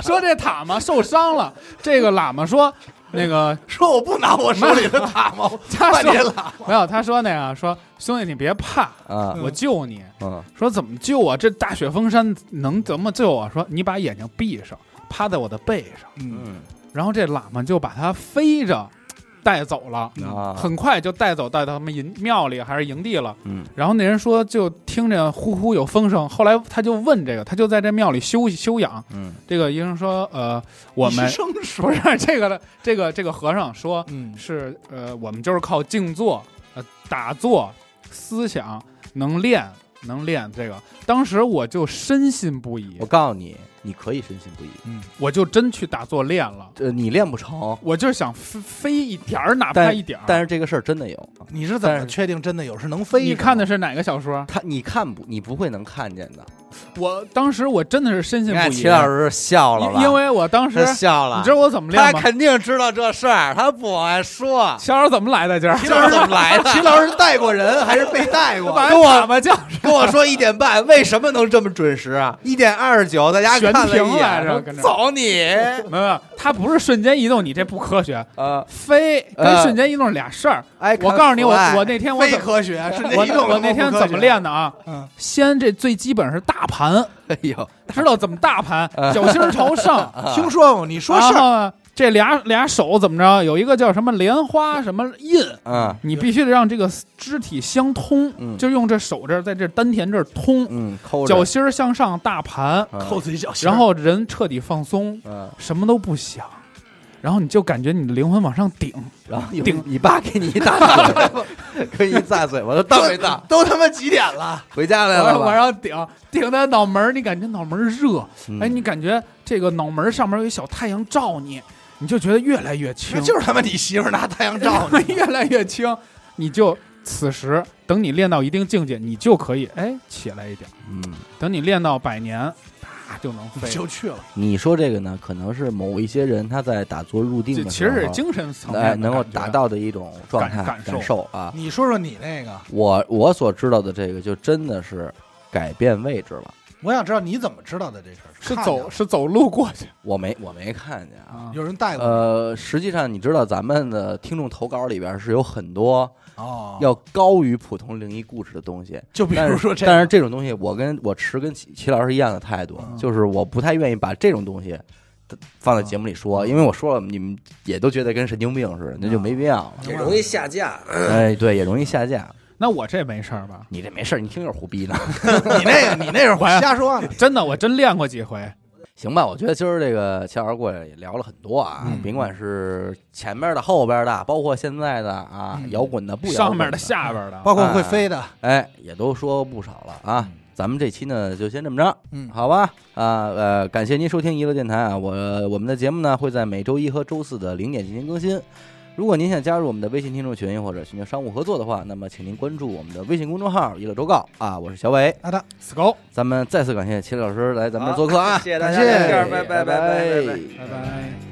C: 说这塔嘛受伤了，这个喇嘛说那个
F: 说我不拿我手里的塔吗？
C: 他
F: 半天
C: 说
F: 了，
C: 没有，他说那样说兄弟你别怕，
A: 啊，
C: 我救你。
A: 嗯，
C: 说怎么救啊？这大雪封山能怎么救啊？说你把眼睛闭上，趴在我的背上，
A: 嗯
C: 然后这喇嘛就把他飞着带走了，
A: 啊，
C: 很快就带走带到他们营庙里还是营地了。
A: 嗯
C: 然后那人说就听着呼呼有风声，后来他就问这个，他就在这庙里休息休养。
A: 嗯
C: 这个医生说，呃，我们
F: 生疏
C: 不，是这个这个这个和尚说
F: 嗯，
C: 是呃，我们就是靠静坐、呃打坐、思想能练能练这个。当时我就深信不疑
A: 我，告诉你，你可以深信不疑。
C: 我就真去打坐练了。
A: 呃，你练不成，
C: 我就是想飞飞一点儿，哪怕一点儿。
A: 但
C: 是
A: 是这个事儿真的有。啊
B: 你是怎么确定真的有是能飞？
C: 你看的是哪个小说？
A: 他你看不，你不会能看见的。
C: 我当时我真的是深信
A: 你
C: 不
A: 看
C: 疑
A: 齐，老师笑了吧？
C: 因因为我当时
A: 他笑了，
C: 你知道我怎么
A: 他
C: 练吗？
A: 肯定知道这事儿，他不往外说。
C: 小老师怎么来的今儿？
A: 这是怎么来 的？
F: 齐老师带过人还是被带 过？
C: 把喇嘛叫
F: 跟我说一点半，为什么能这么准时啊？一点二十九，大家
C: 悬
F: 看了
C: 停
F: 一
C: 来
F: 眼，
C: 着，
F: 说
C: 跟着
F: 走你！
C: 没有没有，他不是瞬间移动，你这不科学。
A: 啊，
C: 飞跟
A: 呃
C: 瞬间移动是俩事儿。
F: 哎，
C: 我告诉你，我我那天我
F: 非
C: 怎么
F: 科学， 是
C: 我
F: 那
C: 那我那天怎么？练的啊？
F: 嗯，
C: 先这最基本是大盘，
A: 哎呦，哎
C: 知道怎么 大盘，脚心儿朝上，
F: 听说过？你说
C: 然
F: 是
C: 后呢这俩俩手怎么着？有一个叫什么莲花什么印，
A: 嗯
C: 你必须得让这个肢体相通，
A: 嗯
C: 就用这手这儿在这丹田这儿通，
A: 嗯，抠着
C: 脚心儿向上大盘，
A: 嗯
F: 扣自己脚心儿，
C: 然后人彻底放松，
A: 嗯
C: 什么都不想，然后你就感觉你的灵魂往上顶，
A: 然后有
C: 顶
A: 你爸给你一大嘴巴， 给你一大嘴巴，都当没当？
F: 都他妈几点了？
A: 回家来
C: 往
A: 了
C: 上往
A: 吧？
C: 上顶，顶在脑门儿，你感觉脑门儿热，
A: 嗯
C: 哎，你感觉这个脑门儿上面有一小太阳照你，你就觉得越来越轻，
F: 就是他妈你媳妇儿拿太阳照你，
C: 越来越轻，你就此时等你练到一定境界，你就可以哎起来一点儿，
A: 嗯，
C: 等你练到百年，啪就能 飞。
F: 就去了。
A: 你说这个呢，可能是某一些人他在打坐入定
C: 这
A: 的
C: 其
A: 时候，
C: 实是精神层面
A: 哎
C: 的
A: 能够
C: 感觉啊
A: 达到的一种状态
C: 感感受
A: 受啊。
F: 你说说你那个，
A: 我我所知道的这个，就真的是改变位置了。
F: 我想知道你怎么知道的这事儿？
C: 是
F: 看见
C: 走
F: 了
C: 是走路过去
A: 我没我没看见啊。
C: 啊，
F: 有人带过你
A: 呃，实际上你知道，咱们的听众投稿里边是有很多
F: 哦，
A: 要高于普通灵异故事的东 西，
F: 就比
A: 但
F: 如
A: 是
F: 说这
A: 但是这种东西，我跟我持跟齐齐老师一样的态度，
C: 嗯
A: 就是我不太愿意把这种东西放在节目里
C: 嗯
A: 说，因为我说了，你们也都觉得跟神经病似的，那就没必要 了。
D: 也容易下架。
A: 哎，对，也容易下架。
C: 那我这没事儿吧？
A: 你这没事儿，你听就是胡逼呢。
F: 你那个，你那 是瞎说啊呢。
C: 真的，我真练过几回。
A: 行吧，我觉得今儿这个齐老师过来也聊了很多啊，
C: 嗯
A: 甭管是前面的、后边的，包括现在的啊，摇滚的、不摇滚
C: 嗯上面的、下边的，
F: 包括会飞的，
A: 哎，也都说不少了啊。
D: 嗯
A: 咱们这期呢就先这么着，
F: 嗯
A: 好吧，啊呃，感谢您收听娱乐电台啊，我我们的节目呢会在每周一和周四的零点进行更新。如果您想加入我们的微信听众群或者寻求商务合作的话，那么请您关注我们的微信公众号“娱乐周告”啊，我是小伟，
F: 好的，
C: 死狗，
A: 咱们再次感谢齐老师来咱们
D: 好
A: 做客啊，哎
D: 谢谢大家
A: 感
D: 聊天拜拜拜拜拜拜
C: 拜拜。